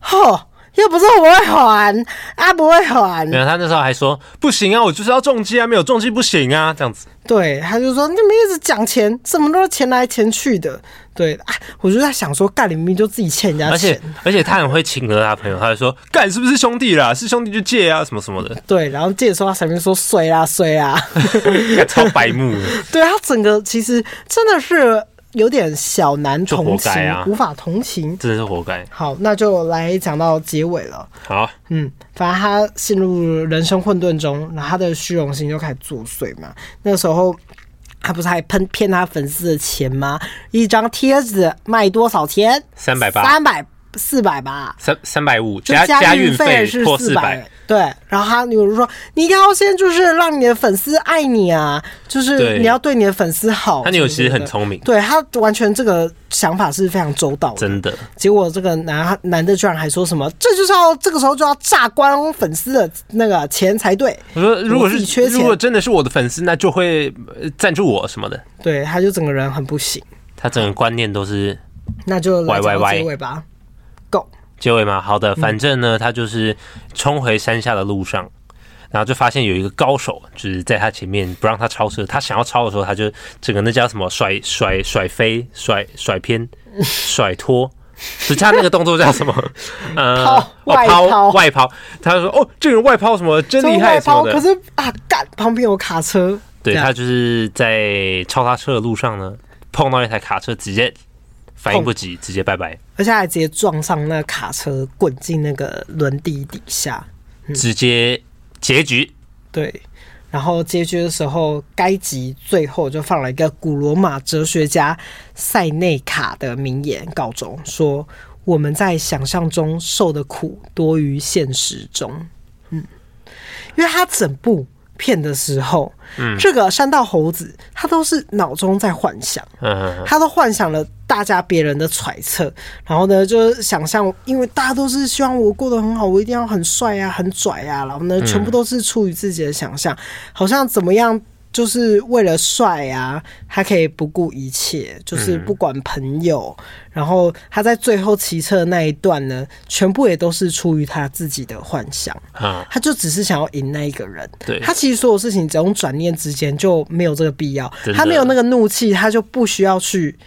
Speaker 1: 吼，又不是我会还啊，不会还
Speaker 2: 没，有他那时候还说不行啊，我就是要重击啊，没有重击不行啊，这样子。
Speaker 1: 对，他就说你们一直讲钱，什么都是钱来钱去的，对啊，我就在想说，干你明明就自己欠人家
Speaker 2: 而且
Speaker 1: 钱，
Speaker 2: 而且他很会请和他朋友，他就说干是不是兄弟啦？是兄弟就借啊，什么什么的，
Speaker 1: 对，然后借的时候他前面说衰啦衰 啦，
Speaker 2: 干超白目的。
Speaker 1: 啊对他整个其实真的是有点小难
Speaker 2: 就活
Speaker 1: 同情，
Speaker 2: 该啊
Speaker 1: 无法同情。
Speaker 2: 真的是活该。
Speaker 1: 好，那就来讲到结尾了。
Speaker 2: 好，
Speaker 1: 嗯，反正他陷入人生混沌中，然后他的虚荣心就开始作祟嘛。那时候他不是还喷骗他粉丝的钱吗？一张贴纸卖多少钱？
Speaker 2: 380
Speaker 1: 三百四百吧。
Speaker 2: 三三百五
Speaker 1: 就
Speaker 2: 加
Speaker 1: 加
Speaker 2: 运
Speaker 1: 费
Speaker 2: 费
Speaker 1: 是
Speaker 2: 破
Speaker 1: 四
Speaker 2: 四百，，
Speaker 1: 对。然后他有人说，你要先就是让你的粉丝爱你啊，就是
Speaker 2: 对
Speaker 1: 你要对你的粉丝好。
Speaker 2: 他女友其实
Speaker 1: 什么
Speaker 2: 很
Speaker 1: 的
Speaker 2: 聪明，
Speaker 1: 对他完全这个想法是非常周到的，
Speaker 2: 真的。
Speaker 1: 结果这个男男的居然还说什么，这就是要这个时候就要榨光粉丝的那个钱才对。
Speaker 2: 我说如果
Speaker 1: 我自己
Speaker 2: 是
Speaker 1: 缺钱
Speaker 2: 如果真的是我的粉丝，那就会呃赞助我什么的。
Speaker 1: 对，他就整个人很不行。
Speaker 2: 他整个观念都是
Speaker 1: 那就来讲到
Speaker 2: YYY
Speaker 1: 结尾吧。Go，
Speaker 2: 结尾嘛，好的，反正呢，他就是冲回山下的路上，然后就发现有一个高手，就是在他前面不让他超车，他想要超的时候，他就整个那叫什么甩甩甩飞、甩甩偏、甩脱。就他那个动作叫什么？呃，
Speaker 1: 抛
Speaker 2: 哦
Speaker 1: 外抛
Speaker 2: 外抛。他就说：“哦，这个人外抛什么真
Speaker 1: 这
Speaker 2: 厉
Speaker 1: 么
Speaker 2: 害
Speaker 1: 外
Speaker 2: 什么
Speaker 1: 抛，
Speaker 2: 的。”
Speaker 1: 可是啊，干旁边有卡车，
Speaker 2: 对
Speaker 1: 这样
Speaker 2: 他就是在超他车的路上呢，碰到一台卡车，直接反应不及，直接拜拜，
Speaker 1: 而且还直接撞上那卡车，滚进那个轮地底下。
Speaker 2: 直接结局。
Speaker 1: 对，然后结局的时候，该集最后就放了一个古罗马哲学家塞内卡的名言告终，说我们在想象中受的苦多于现实中。嗯，因为他整部片的时候，嗯，这个山道猴子他都是脑中在幻想。
Speaker 2: 嗯，
Speaker 1: 他都幻想了大家别人的揣测，然后呢，就是想象，因为大家都是希望我过得很好，我一定要很帅啊，很拽啊，然后呢，全部都是出于自己的想象，好像怎么样。就是为了帅啊，他可以不顾一切，就是不管朋友。然后他在最后骑车的那一段呢，全部也都是出于他自己的幻想。
Speaker 2: 啊，
Speaker 1: 他就只是想要赢那一个人。
Speaker 2: 对
Speaker 1: 他其实所有事情只用转念之间就没有这个必要
Speaker 2: 真，的
Speaker 1: 他没有那个怒气，他就不需要去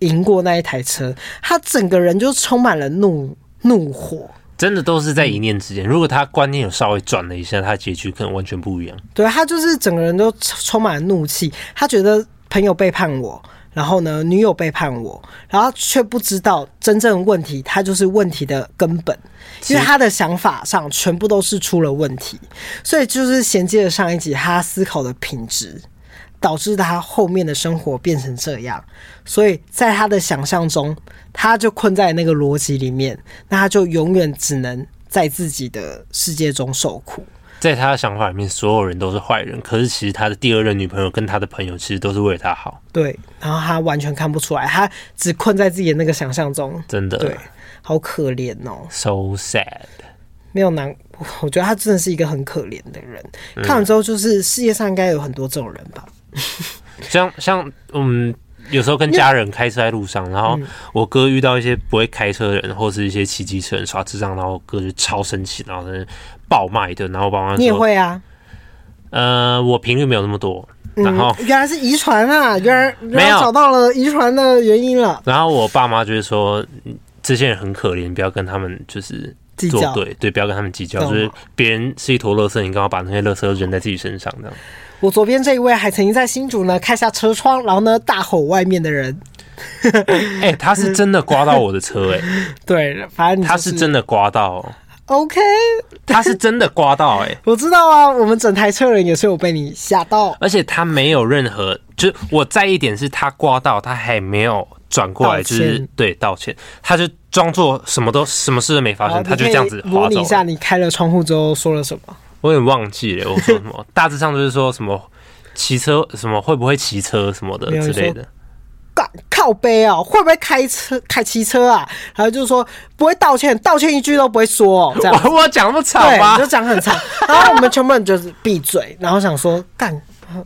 Speaker 1: 赢过那一台车，他整个人就充满了怒怒火。
Speaker 2: 真的都是在一念之间。如果他观念有稍微转了一下，他结局可能完全不一样。
Speaker 1: 对他就是整个人都充充满了怒气，他觉得朋友背叛我，然后呢，女友背叛我，然后却不知道真正的问题，他就是问题的根本，因为他的想法上全部都是出了问题，所以就是衔接了上一集他思考的品质。导致他后面的生活变成这样，所以在他的想象中，他就困在那个逻辑里面，那他就永远只能在自己的世界中受苦。
Speaker 2: 在他的想法里面，所有人都是坏人，可是其实他的第二任女朋友跟他的朋友其实都是为了他好，
Speaker 1: 对，然后他完全看不出来，他只困在自己的那个想象中，
Speaker 2: 真的。
Speaker 1: 对，好可怜哦，
Speaker 2: So sad，
Speaker 1: 没有难，我觉得他真的是一个很可怜的人。
Speaker 2: 嗯
Speaker 1: 看完之后，就是世界上应该有很多这种人吧？
Speaker 2: 像像嗯，有时候跟家人开车在路上，然后
Speaker 1: 嗯
Speaker 2: 我哥遇到一些不会开车的人，或是一些骑机车人耍智障，然后我哥就超生气，然后在那暴骂一顿，然后我爸妈
Speaker 1: 你也
Speaker 2: 说，
Speaker 1: 会啊？嗯
Speaker 2: 呃，我频率没有那么多，然后、
Speaker 1: 原来是遗传啊，原来原
Speaker 2: 没
Speaker 1: 来
Speaker 2: 有
Speaker 1: 找到了遗传的原因了，
Speaker 2: 然后我爸妈就是说，嗯这些人很可怜，不要跟他们就是。
Speaker 1: 计
Speaker 2: 作
Speaker 1: 较。
Speaker 2: 对对，不要跟他们计较，
Speaker 1: 懂
Speaker 2: 就是别人是一坨垃圾，你刚好把那些垃圾扔在自己身上，这 样。
Speaker 1: 我左边这一位还曾经在新竹呢开下车窗，然后呢大吼外面的人。
Speaker 2: 哎、他是真的刮到我的车、 哎，
Speaker 1: 对，反正你、
Speaker 2: 他
Speaker 1: 是
Speaker 2: 是真的刮到哦，
Speaker 1: OK，
Speaker 2: 他是真的刮到、哎，
Speaker 1: 我知道啊，我们整台车人也是有被你吓到。
Speaker 2: 而且他没有任何，就是我在意点是他刮到，他还没有转过来，
Speaker 1: 道
Speaker 2: 就
Speaker 1: 歉
Speaker 2: 是对道歉，他就装作什么都什么事都没发
Speaker 1: 好
Speaker 2: 生，他
Speaker 1: 你
Speaker 2: 就
Speaker 1: 可以
Speaker 2: 这样子
Speaker 1: 模
Speaker 2: 滑
Speaker 1: 拟
Speaker 2: 走
Speaker 1: 一下
Speaker 2: 了。
Speaker 1: 你开了窗户之后说了什么。
Speaker 2: 我有点忘记了，我说什么， 大致上就是说什么骑车，什么会不会骑车什么的
Speaker 1: 没有
Speaker 2: 之类
Speaker 1: 你
Speaker 2: 的。
Speaker 1: 干靠背哦，会不会开车开骑车啊？然后就是说不会道歉，道歉一句都不会说哦，这样
Speaker 2: 我 我讲那么吵
Speaker 1: 对，
Speaker 2: 吗
Speaker 1: 就？讲很长。然后我们全部人就是闭嘴，然后想说干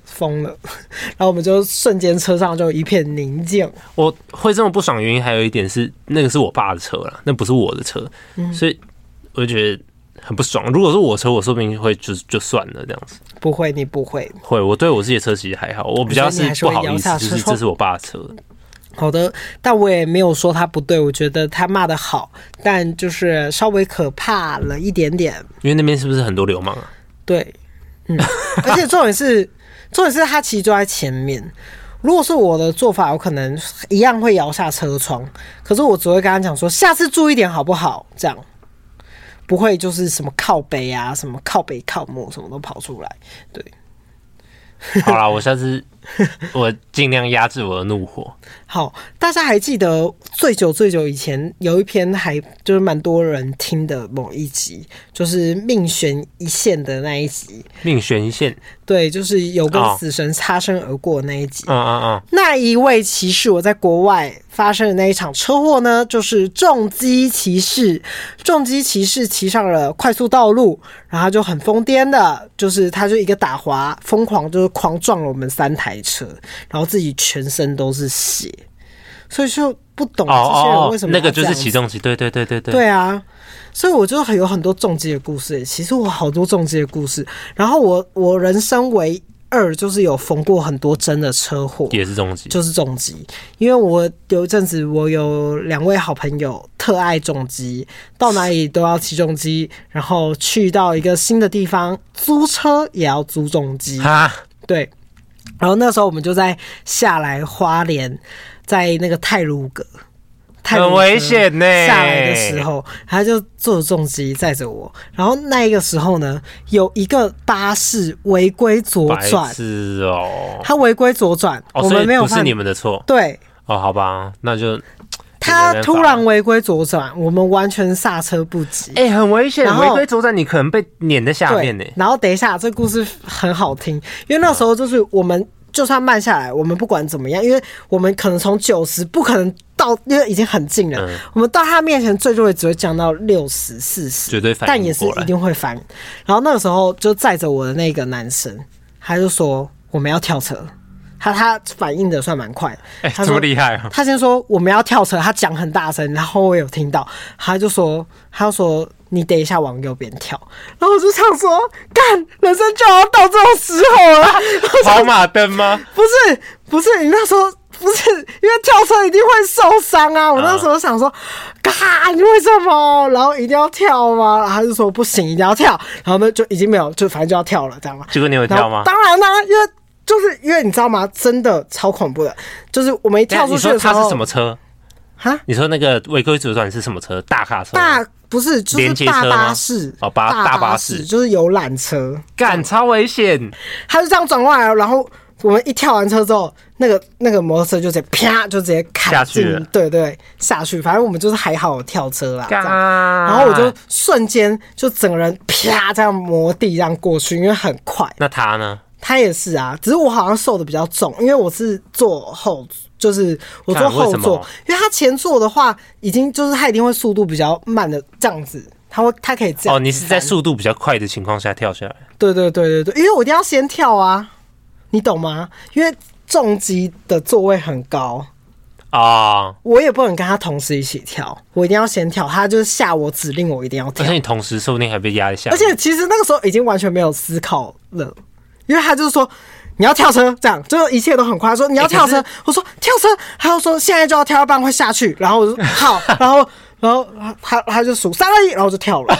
Speaker 1: 疯了， 然后我们就瞬间车上就一片宁静。
Speaker 2: 我会这么不爽的原因还有一点是，那个是我爸的车啦，那不是我的车，
Speaker 1: 嗯
Speaker 2: 所以我就觉得很不爽。如果是我车，我说不定会就就算了这样子。
Speaker 1: 不会，你不会。
Speaker 2: 会，我对我自己的车其实还好，我比较
Speaker 1: 所以你还是
Speaker 2: 不
Speaker 1: 会
Speaker 2: 好
Speaker 1: 摇
Speaker 2: 意
Speaker 1: 下
Speaker 2: 思，就
Speaker 1: 车
Speaker 2: 是
Speaker 1: 窗
Speaker 2: 这是我爸的车，
Speaker 1: 好的，但我也没有说他不对，我觉得他骂的好，但就是稍微可怕了一点点。
Speaker 2: 因为那边是不是很多流氓啊？
Speaker 1: 对，嗯， 而且重点是，重点是他其实就在前面。如果是我的做法，我可能一样会摇下车窗，可是我只会跟他讲说，下次注意点好不好？这样不会就是什么靠北啊，什么靠北靠木，什么都跑出来。对，
Speaker 2: 好啦，我下次 我尽量压制我的怒火。
Speaker 1: 好，大家还记得最久最久以前有一篇还就是蛮多人听的某一集，就是命悬一线的那一集，
Speaker 2: 命悬 一线，
Speaker 1: 对，就是有跟
Speaker 2: 哦
Speaker 1: 死神擦身而过那一集。
Speaker 2: 嗯嗯嗯，
Speaker 1: 那一位骑士，我在国外发生的那一场车祸呢，就是重机骑士。重机骑士骑上了快速道路，然后他就很疯癫的，就是他就一个打滑，疯狂就是狂撞了我们三台车，然后自己全身都是血，所以就不懂
Speaker 2: 哦
Speaker 1: 这些人
Speaker 2: 哦
Speaker 1: 为
Speaker 2: 哦
Speaker 1: 什，么
Speaker 2: 那个
Speaker 1: 要这
Speaker 2: 就
Speaker 1: 样
Speaker 2: 是起重机，对对对对对。
Speaker 1: 对啊，所以我就很有很多重击的故事、其实我好多重击的故事，然后我我人生唯二就是有缝过很多真的车祸，
Speaker 2: 也是重机，
Speaker 1: 就是重击，因为我有一阵子我有两位好朋友特爱重击，到哪里都要骑重机，然后去到一个新的地方租车也要租重机，
Speaker 2: 哈，
Speaker 1: 对。然后那时候我们就在下来花莲，在那个泰鲁阁，泰
Speaker 2: 很
Speaker 1: 鲁
Speaker 2: 危
Speaker 1: 阁
Speaker 2: 险呢。
Speaker 1: 下来的时，候，他就坐着重机载着我，然后那一个时候呢，有一个巴士违规左
Speaker 2: 白
Speaker 1: 转，
Speaker 2: 痴哦。
Speaker 1: 他违规左转，我
Speaker 2: 哦，所
Speaker 1: 们
Speaker 2: 以
Speaker 1: 没有
Speaker 2: 不是
Speaker 1: 犯
Speaker 2: 你，们的错
Speaker 1: 对
Speaker 2: 哦，好吧，那就
Speaker 1: 他
Speaker 2: 没办法
Speaker 1: 突然违规左转，我们完全刹车不及。
Speaker 2: 哎、很危险
Speaker 1: 然，后
Speaker 2: 违规左转你可能被碾在下面呢
Speaker 1: 对，。然后等一下，这故事很好听，因为那时候就是我们就算慢下来，我们不管怎么样，因为我们可能从九十不可能到，因为已经很近了，
Speaker 2: 嗯
Speaker 1: 我们到他面前最多也只会降到六十、四十，
Speaker 2: 绝对反应
Speaker 1: 但也是
Speaker 2: 不过来
Speaker 1: 一定会翻。然后那个时候就载着我的那个男生，他就说我们要跳车。他他反应的算蛮快，
Speaker 2: 哎、
Speaker 1: 他
Speaker 2: 这
Speaker 1: 说
Speaker 2: 么厉害啊！
Speaker 1: 他先说我们要跳车，他讲很大声，然后我有听到，他就说，他就说你等一下往右边跳，然后我就想说，干，人生就要到这种时候了，
Speaker 2: 跑马灯吗？
Speaker 1: 不是不是，你那时候不是因为跳车一定会受伤
Speaker 2: 嗯
Speaker 1: 啊，我那时候想说，干，为什么？然后一定要跳吗？然后他就说不行，一定要跳，然后呢就已经没有，就反正就要跳了，这样嘛。
Speaker 2: 结果你有
Speaker 1: 然
Speaker 2: 跳
Speaker 1: 后
Speaker 2: 吗？
Speaker 1: 当然啦、因为。就是因为你知道吗？真的超恐怖的，就是我们一跳
Speaker 2: 等
Speaker 1: 出
Speaker 2: 一
Speaker 1: 去
Speaker 2: 下你
Speaker 1: 的
Speaker 2: 说
Speaker 1: 时候，
Speaker 2: 它是什么车？
Speaker 1: 哈？
Speaker 2: 你说那个违规左转是什么车？大卡车？
Speaker 1: 大不是就
Speaker 2: 连
Speaker 1: 是
Speaker 2: 接
Speaker 1: 大
Speaker 2: 车吗
Speaker 1: 巴士
Speaker 2: 哦巴
Speaker 1: 大
Speaker 2: 大巴
Speaker 1: 士
Speaker 2: 士
Speaker 1: 就是游览车，
Speaker 2: 干超危险！
Speaker 1: 他就这样转过来，然后我们一跳完车之后，那个那个摩托车就直接啪就直接砍
Speaker 2: 下
Speaker 1: 进
Speaker 2: 去了，
Speaker 1: 对对，下去，反正我们就是还好有跳车啦，这
Speaker 2: 干，
Speaker 1: 样。然后我就瞬间就整个人啪这样磨地这样过去，因为很快。
Speaker 2: 那他呢？
Speaker 1: 他也是啊，只是我好像受的比较重，因为我是坐后，就是我坐后
Speaker 2: 看为什
Speaker 1: 座
Speaker 2: 么，
Speaker 1: 因为他前座的话，已经就是他一定会速度比较慢的这样子，他会他可以这样。
Speaker 2: 哦，你是在速度比较快的情况下跳下来，
Speaker 1: 对对对对对，因为我一定要先跳啊，你懂吗？因为重机的座位很高，
Speaker 2: 哦，
Speaker 1: 我也不能跟他同时一起跳，我一定要先跳，他就是下我指令，我一定要
Speaker 2: 而
Speaker 1: 跳
Speaker 2: 且。你同时说不定还被压在下
Speaker 1: 而
Speaker 2: 面。
Speaker 1: 且其实那个时候已经完全没有思考了，因为他就是说你要跳车，这样就是一切都很快。他说你要跳车，
Speaker 2: 欸可
Speaker 1: 我说跳车，他又说现在就要跳，要不然会下去。然后我说 好，然后然后他他就数三二一，然后我就跳 了，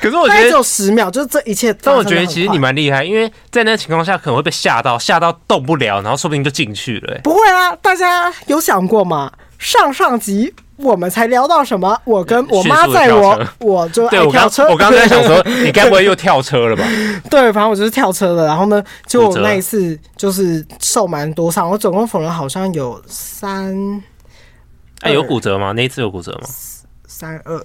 Speaker 2: 可是我
Speaker 1: 大概
Speaker 2: 觉
Speaker 1: 只有
Speaker 2: 得，
Speaker 1: 十秒，就是这一切发
Speaker 2: 但
Speaker 1: 生
Speaker 2: 我
Speaker 1: 得很快。
Speaker 2: 觉得其实你蛮厉害，因为在那情况下可能会被吓到，吓到动不了，然后说不定就进去了、欸。
Speaker 1: 不会啊，大家有想过吗？上上集。我们才聊到什么？我跟我妈
Speaker 2: 迅速地
Speaker 1: 在
Speaker 2: 跳
Speaker 1: 我
Speaker 2: 车，
Speaker 1: 我就
Speaker 2: 对
Speaker 1: 爱
Speaker 2: 我
Speaker 1: 跳
Speaker 2: 刚
Speaker 1: 车。
Speaker 2: 我刚刚在想说，你该不会又跳车了吧？
Speaker 1: 对，反正我就是跳车的。然后呢，就
Speaker 2: 骨
Speaker 1: 我
Speaker 2: 折
Speaker 1: 那一次就是受蛮多伤，我总共缝了好像有三
Speaker 2: 哎、有骨折吗？那一次有骨折吗？
Speaker 1: 三二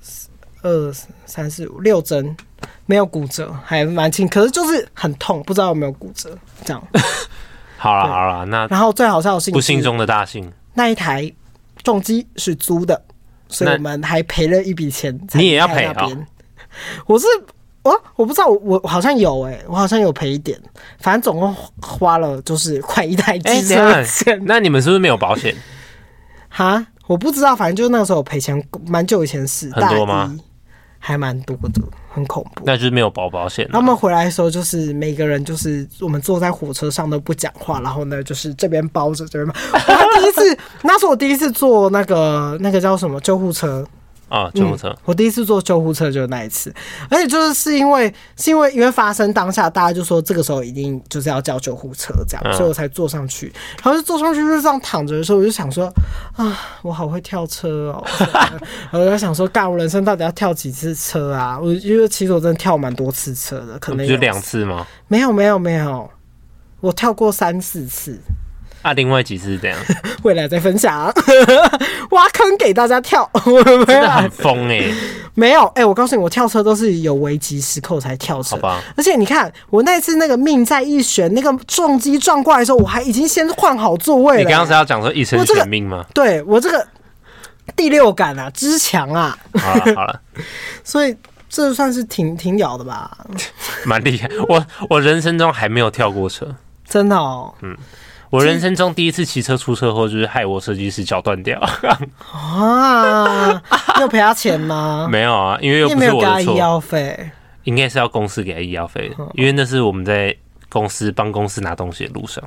Speaker 1: 四二三四五六针，没有骨折，还蛮轻，可是就是很痛，不知道有没有骨折这样。
Speaker 2: 好了好了，那
Speaker 1: 然后最好笑的事情
Speaker 2: 不
Speaker 1: 是
Speaker 2: 幸中的大幸，
Speaker 1: 那一台重机是租的，所以
Speaker 2: 那
Speaker 1: 我们还赔了一笔钱。
Speaker 2: 你也要赔
Speaker 1: 那
Speaker 2: 哦
Speaker 1: 边，我是我我不知道，我我好像有哎、我好像有赔一点，反正总共花了就是快一台
Speaker 2: 哎、
Speaker 1: 机车
Speaker 2: 等
Speaker 1: 的
Speaker 2: 一下，
Speaker 1: 钱
Speaker 2: 那你们是不是没有保险？
Speaker 1: 哈，我不知道，反正就那个时候赔钱，蛮久以前是
Speaker 2: 很多吗？
Speaker 1: 大一还蛮多的，很恐怖。
Speaker 2: 那就是没有保保险啊、
Speaker 1: 他们回来的时候，就是每个人就是我们坐在火车上都不讲话，然后呢，就是这边包着这边包。 我还第一次，那是我第一次坐那个那个叫什么救护车，嗯
Speaker 2: 啊，救护车。
Speaker 1: 我第一次坐救护车就是那一次，而且就是是因为是因为因为发生当下，大家就说这个时候一定就是要叫救护车这样，
Speaker 2: 嗯
Speaker 1: 所以我才坐上去。然后就坐上去就是这样躺着的时候，我就想说啊，我好会跳车 哦。然后我就想说，干我人生到底要跳几次车啊？我因为其实我真的跳蛮多次车的，可
Speaker 2: 不
Speaker 1: 能
Speaker 2: 就
Speaker 1: 有
Speaker 2: 两次吗？
Speaker 1: 没有没有没有，我跳过三四次，
Speaker 2: 啊，另外几次是怎样？
Speaker 1: 未来再分享， 挖坑给大家跳。 我没
Speaker 2: 真
Speaker 1: 有
Speaker 2: 的
Speaker 1: 啊
Speaker 2: 很疯哎、
Speaker 1: 没有，哎、我告诉你，我跳车都是有危急时刻我才跳车
Speaker 2: 好。吧，
Speaker 1: 而且你看，我那次那个命在一旋，那个重击撞过来的时候，我还已经先换好座位了。
Speaker 2: 你刚刚是要讲说一生
Speaker 1: 我这个
Speaker 2: 全命吗？
Speaker 1: 对我这个第六感啊，之强啊，
Speaker 2: 好了好了，
Speaker 1: 所以这算是挺挺咬的吧？
Speaker 2: 蛮厉害。我我人生中还没有跳过车，
Speaker 1: 真的哦，
Speaker 2: 嗯我人生中第一次骑车出车祸就是害我设计师脚断掉。
Speaker 1: 啊， 你有赔他钱吗？
Speaker 2: 没有啊，因为又
Speaker 1: 你也
Speaker 2: 不
Speaker 1: 没
Speaker 2: 是
Speaker 1: 有
Speaker 2: 我
Speaker 1: 给他嗯
Speaker 2: 的
Speaker 1: 医
Speaker 2: 错，
Speaker 1: 药费。
Speaker 2: 应该是要公司给他医药费的，因为那是我们在公司帮公司拿东西的路上。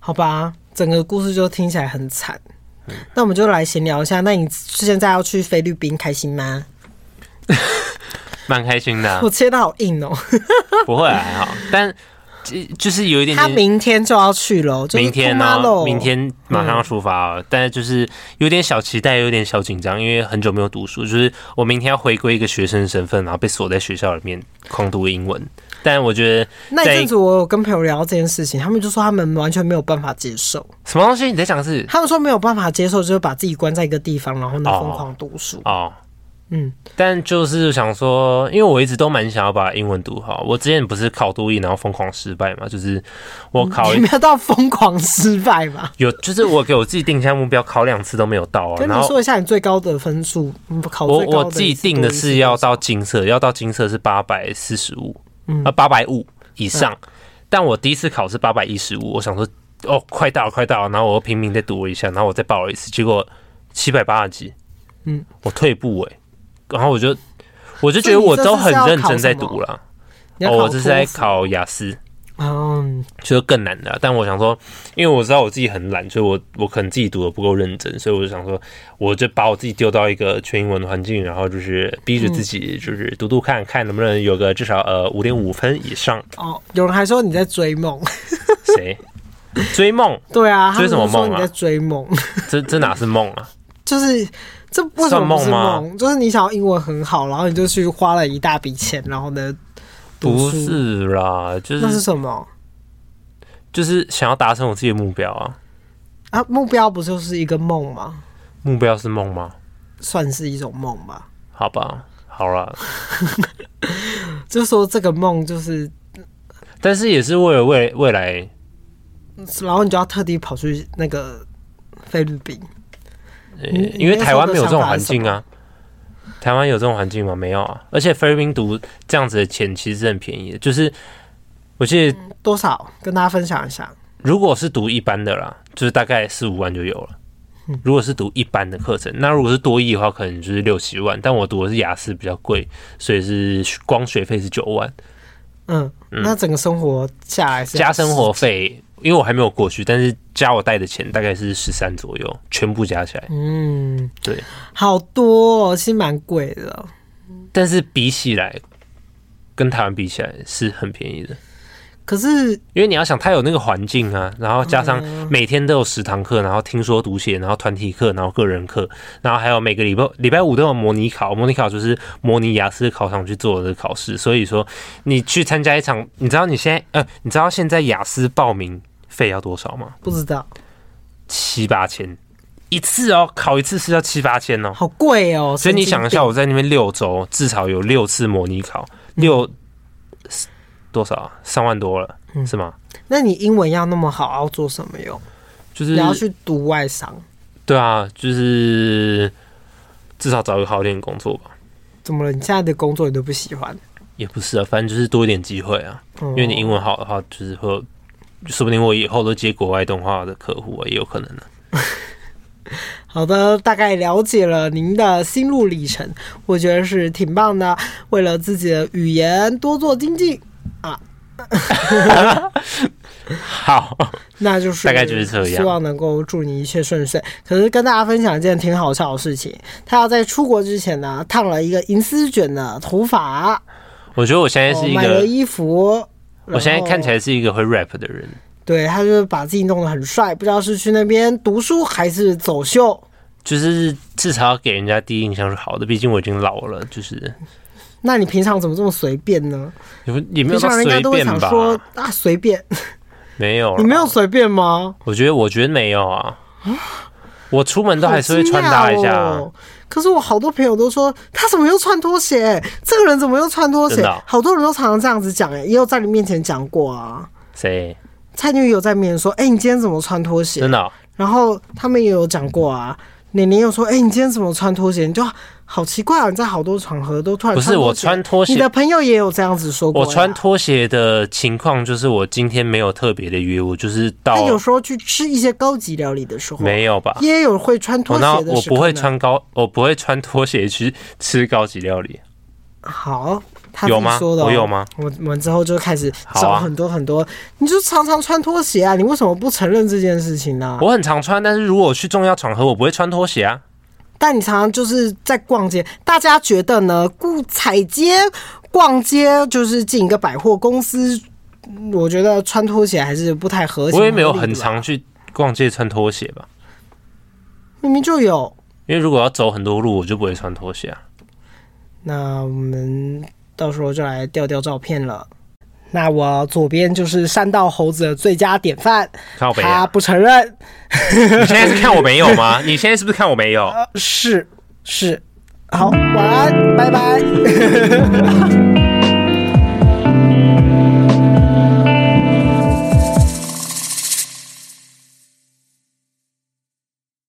Speaker 1: 好吧，整个故事就听起来很惨。那我们就来闲聊一下。那你现在要去菲律宾开心吗？
Speaker 2: 蛮开心 的啊、
Speaker 1: 我切的好硬哦、
Speaker 2: 不会啊还好，但就就是有一点
Speaker 1: 他
Speaker 2: 点
Speaker 1: 明天就要去了，就是
Speaker 2: 明天呢、哦
Speaker 1: tomorrow
Speaker 2: 明天马上要出发、
Speaker 1: 嗯
Speaker 2: 哦，但是就是有点小期待，有点小紧张，因为很久没有读书，就是我明天要回归一个学生身份，然后被锁在学校里面狂读英文。但我觉得
Speaker 1: 那一
Speaker 2: 在
Speaker 1: 阵子，我有跟朋友聊到这件事情，他们就说他们完全没有办法接受，
Speaker 2: 什么东西你在讲的是
Speaker 1: 他们说没有办法接受，就是把自己关在一个地方，然后呢
Speaker 2: 哦
Speaker 1: 疯狂读书。
Speaker 2: 哦，
Speaker 1: 嗯，
Speaker 2: 但就是想说，因为我一直都蛮想要把英文读好。我之前不是考多译，然后疯狂失败嘛，就是我 考
Speaker 1: 你没有到疯狂失败吧？
Speaker 2: 有，就是我给我自己定下目标，考两次都没有到啊。
Speaker 1: 跟你
Speaker 2: 然后
Speaker 1: 说一下你最高的分数，你考
Speaker 2: 我
Speaker 1: 最高的
Speaker 2: 我自己定的是要到金色，要到金色是八百四十五，
Speaker 1: 嗯
Speaker 2: 啊八百五以上。但我第一次考是八百一十五，我想说哦快到了快到了，然后我又拼命再读了一下，然后我再报了一次，结果七百八十几，
Speaker 1: 嗯，
Speaker 2: 我退步哎、然后我就我就觉得我都很认真在读了，
Speaker 1: 你要
Speaker 2: 哦
Speaker 1: 考
Speaker 2: 我这是在
Speaker 1: 托福，
Speaker 2: 考雅思，
Speaker 1: 嗯，
Speaker 2: 就是更难的啊、但我想说，因为我知道我自己很懒，所以我我可能自己读的不够认真，所以我就想说，我就把我自己丢到一个全英文的环境，然后就是逼着自己，就是读读看看能不能有个至少呃五点五分以上。
Speaker 1: 哦，有人还说你在追梦，
Speaker 2: 谁 追梦？
Speaker 1: 对啊，他
Speaker 2: 追
Speaker 1: 们
Speaker 2: 什么
Speaker 1: 就说
Speaker 2: 梦
Speaker 1: 你
Speaker 2: 啊
Speaker 1: 在追梦，
Speaker 2: 这这哪是梦啊？
Speaker 1: 就是这为什
Speaker 2: 算
Speaker 1: 么不
Speaker 2: 梦
Speaker 1: 是
Speaker 2: 吗
Speaker 1: 梦？就是你想要英文很好，然后你就去花了一大笔钱，然后呢，读
Speaker 2: 不
Speaker 1: 书
Speaker 2: 是啦，就
Speaker 1: 那是
Speaker 2: 是
Speaker 1: 什么？
Speaker 2: 就是想要达成我自己的目标啊。
Speaker 1: 啊，目标不就是一个梦吗？
Speaker 2: 目标是梦吗？
Speaker 1: 算是一种梦吧。
Speaker 2: 好吧，好了，
Speaker 1: 就说这个梦就是，
Speaker 2: 但是也是为了未未来
Speaker 1: 然后你就要特地跑去那个菲律宾。
Speaker 2: 呃
Speaker 1: 你
Speaker 2: 因为台湾没有这种环
Speaker 1: 你
Speaker 2: 境
Speaker 1: 那时
Speaker 2: 啊。台湾有这种环境吗？没有啊。而且菲律宾读这样子的钱其实是很便宜的，就是我记得
Speaker 1: 多少？跟大家分享一下。
Speaker 2: 如果是读一般的啦，就是大概四五万就有了。
Speaker 1: 嗯
Speaker 2: 如果是读一般的课程，那如果是多益的话，可能就是六七万。但我读的是雅思，比较贵，所以是光学费是九万，
Speaker 1: 嗯，那整个生活下来是
Speaker 2: 加生活费，因为我还没有过去，但是加我带的钱大概是十三左右，全部加起来。
Speaker 1: 嗯，
Speaker 2: 对，
Speaker 1: 好多、哦，其实蛮贵的。哦
Speaker 2: 但是比起来，跟台湾比起来是很便宜的。
Speaker 1: 可是
Speaker 2: 因为你要想，它有那个环境啊，然后加上每天都有十堂课，然后听说读写，然后团体课，然后个人课，然后还有每个礼拜礼拜五都有模拟考，模拟考就是模拟雅思考场去做的考试。所以说，你去参加一场，你知道你现在呃，你知道现在雅思报名费要多少吗？
Speaker 1: 不知道，
Speaker 2: 七八千一次哦，考一次是要七八千哦。
Speaker 1: 好贵哦。
Speaker 2: 所以你
Speaker 1: 神经
Speaker 2: 想一
Speaker 1: 病嗯
Speaker 2: 下，我在那边六周，至少有六次模拟考，六多少啊三万多了，
Speaker 1: 嗯
Speaker 2: 是吗？
Speaker 1: 那你英文要那么好，要做什么用？
Speaker 2: 就是
Speaker 1: 你要去读外商，
Speaker 2: 对啊，就是至少找一个好一点的工作吧。
Speaker 1: 怎么了？你现在的工作你都不喜欢？嗯
Speaker 2: 也不是啊，反正就是多一点机会啊。
Speaker 1: 因
Speaker 2: 因为你英文好的话，就是会有，说不定我以后都接国外动画的客户啊，也有可能的、
Speaker 1: 好的，大概了解了您的心路历程，我觉得是挺棒的。为了自己的语言多做精进，
Speaker 2: 好，
Speaker 1: 那就是
Speaker 2: 大概就是这样
Speaker 1: 希望能够祝你一切顺遂。可是跟大家分享一件挺好笑的事情，他要在出国之前呢，烫了一个银丝卷的头发，
Speaker 2: 我觉得我现在是一
Speaker 1: 哦买了
Speaker 2: 个，
Speaker 1: 衣服。
Speaker 2: 我现在看起
Speaker 1: 来，
Speaker 2: 来是一个会 rap 的人。
Speaker 1: 对他就是把自己弄得很帅，不知道是去那边读书还是走秀。
Speaker 2: 就是至少要给人家第一印象是好的，毕竟我已经老了，就是
Speaker 1: 那你平常怎么这么随便呢？
Speaker 2: 也不也没
Speaker 1: 平
Speaker 2: 有到
Speaker 1: 常人家
Speaker 2: 随
Speaker 1: 都会
Speaker 2: 便
Speaker 1: 想
Speaker 2: 吧，
Speaker 1: 说啊随便，
Speaker 2: 没有啦，
Speaker 1: 你没有随便吗？
Speaker 2: 我觉得我觉得没有啊，我出门都还是会穿搭一下
Speaker 1: 好
Speaker 2: 啊
Speaker 1: 惊讶，哦。可是我好多朋友都说，他怎么又穿拖鞋？这个人怎么又穿拖鞋
Speaker 2: 真的哦？
Speaker 1: 好多人都常常这样子讲，哎，也有在你面前讲过啊。
Speaker 2: 谁
Speaker 1: 蔡女友在面前说，哎，你今天怎么穿拖鞋
Speaker 2: 真？的哦、
Speaker 1: 然后他们也有讲过啊。年年又说，哎，你今天怎么穿拖鞋？你就好奇怪啊！你在好多场合都突然
Speaker 2: 不是我穿拖
Speaker 1: 你的
Speaker 2: 鞋，
Speaker 1: 朋友也有这样子说过
Speaker 2: 我
Speaker 1: 呀。
Speaker 2: 穿拖鞋的情况就是我今天没有特别的约，我就是到
Speaker 1: 他有时候去吃一些高级料理的时候，
Speaker 2: 没有吧？
Speaker 1: 也有会穿拖
Speaker 2: 我那
Speaker 1: 鞋的
Speaker 2: 我
Speaker 1: 时刻呢。
Speaker 2: 不会穿高，我不会穿拖鞋去吃高级料
Speaker 1: 啊
Speaker 2: 理，
Speaker 1: 好，他自
Speaker 2: 有
Speaker 1: 己
Speaker 2: 吗？
Speaker 1: 说的、哦、
Speaker 2: 我有吗？
Speaker 1: 我我们之后就开始
Speaker 2: 好
Speaker 1: 找
Speaker 2: 啊
Speaker 1: 很多很多，你就常常穿拖鞋啊，你为什么不承认这件事情呢、
Speaker 2: 我很常穿，但是如果我去重要场合，我不会穿拖鞋啊。
Speaker 1: 但你常常就是在逛街，大家觉得呢？顾踩街、逛街就是进一个百货公司，我觉得穿拖鞋还是不太合情。
Speaker 2: 我也没有很，常去逛街穿拖鞋吧，
Speaker 1: 明明就有。
Speaker 2: 因为如果要走很多路，我就不会穿拖鞋啊。
Speaker 1: 那我们到时候就来调调照片了。那我左边就是山道猴子的最佳典范，
Speaker 2: 看我没
Speaker 1: 他
Speaker 2: 有？
Speaker 1: 不承认，
Speaker 2: 啊你现在是看我没有吗？你现在是不是看我没有？
Speaker 1: 是是，好，晚安，拜拜。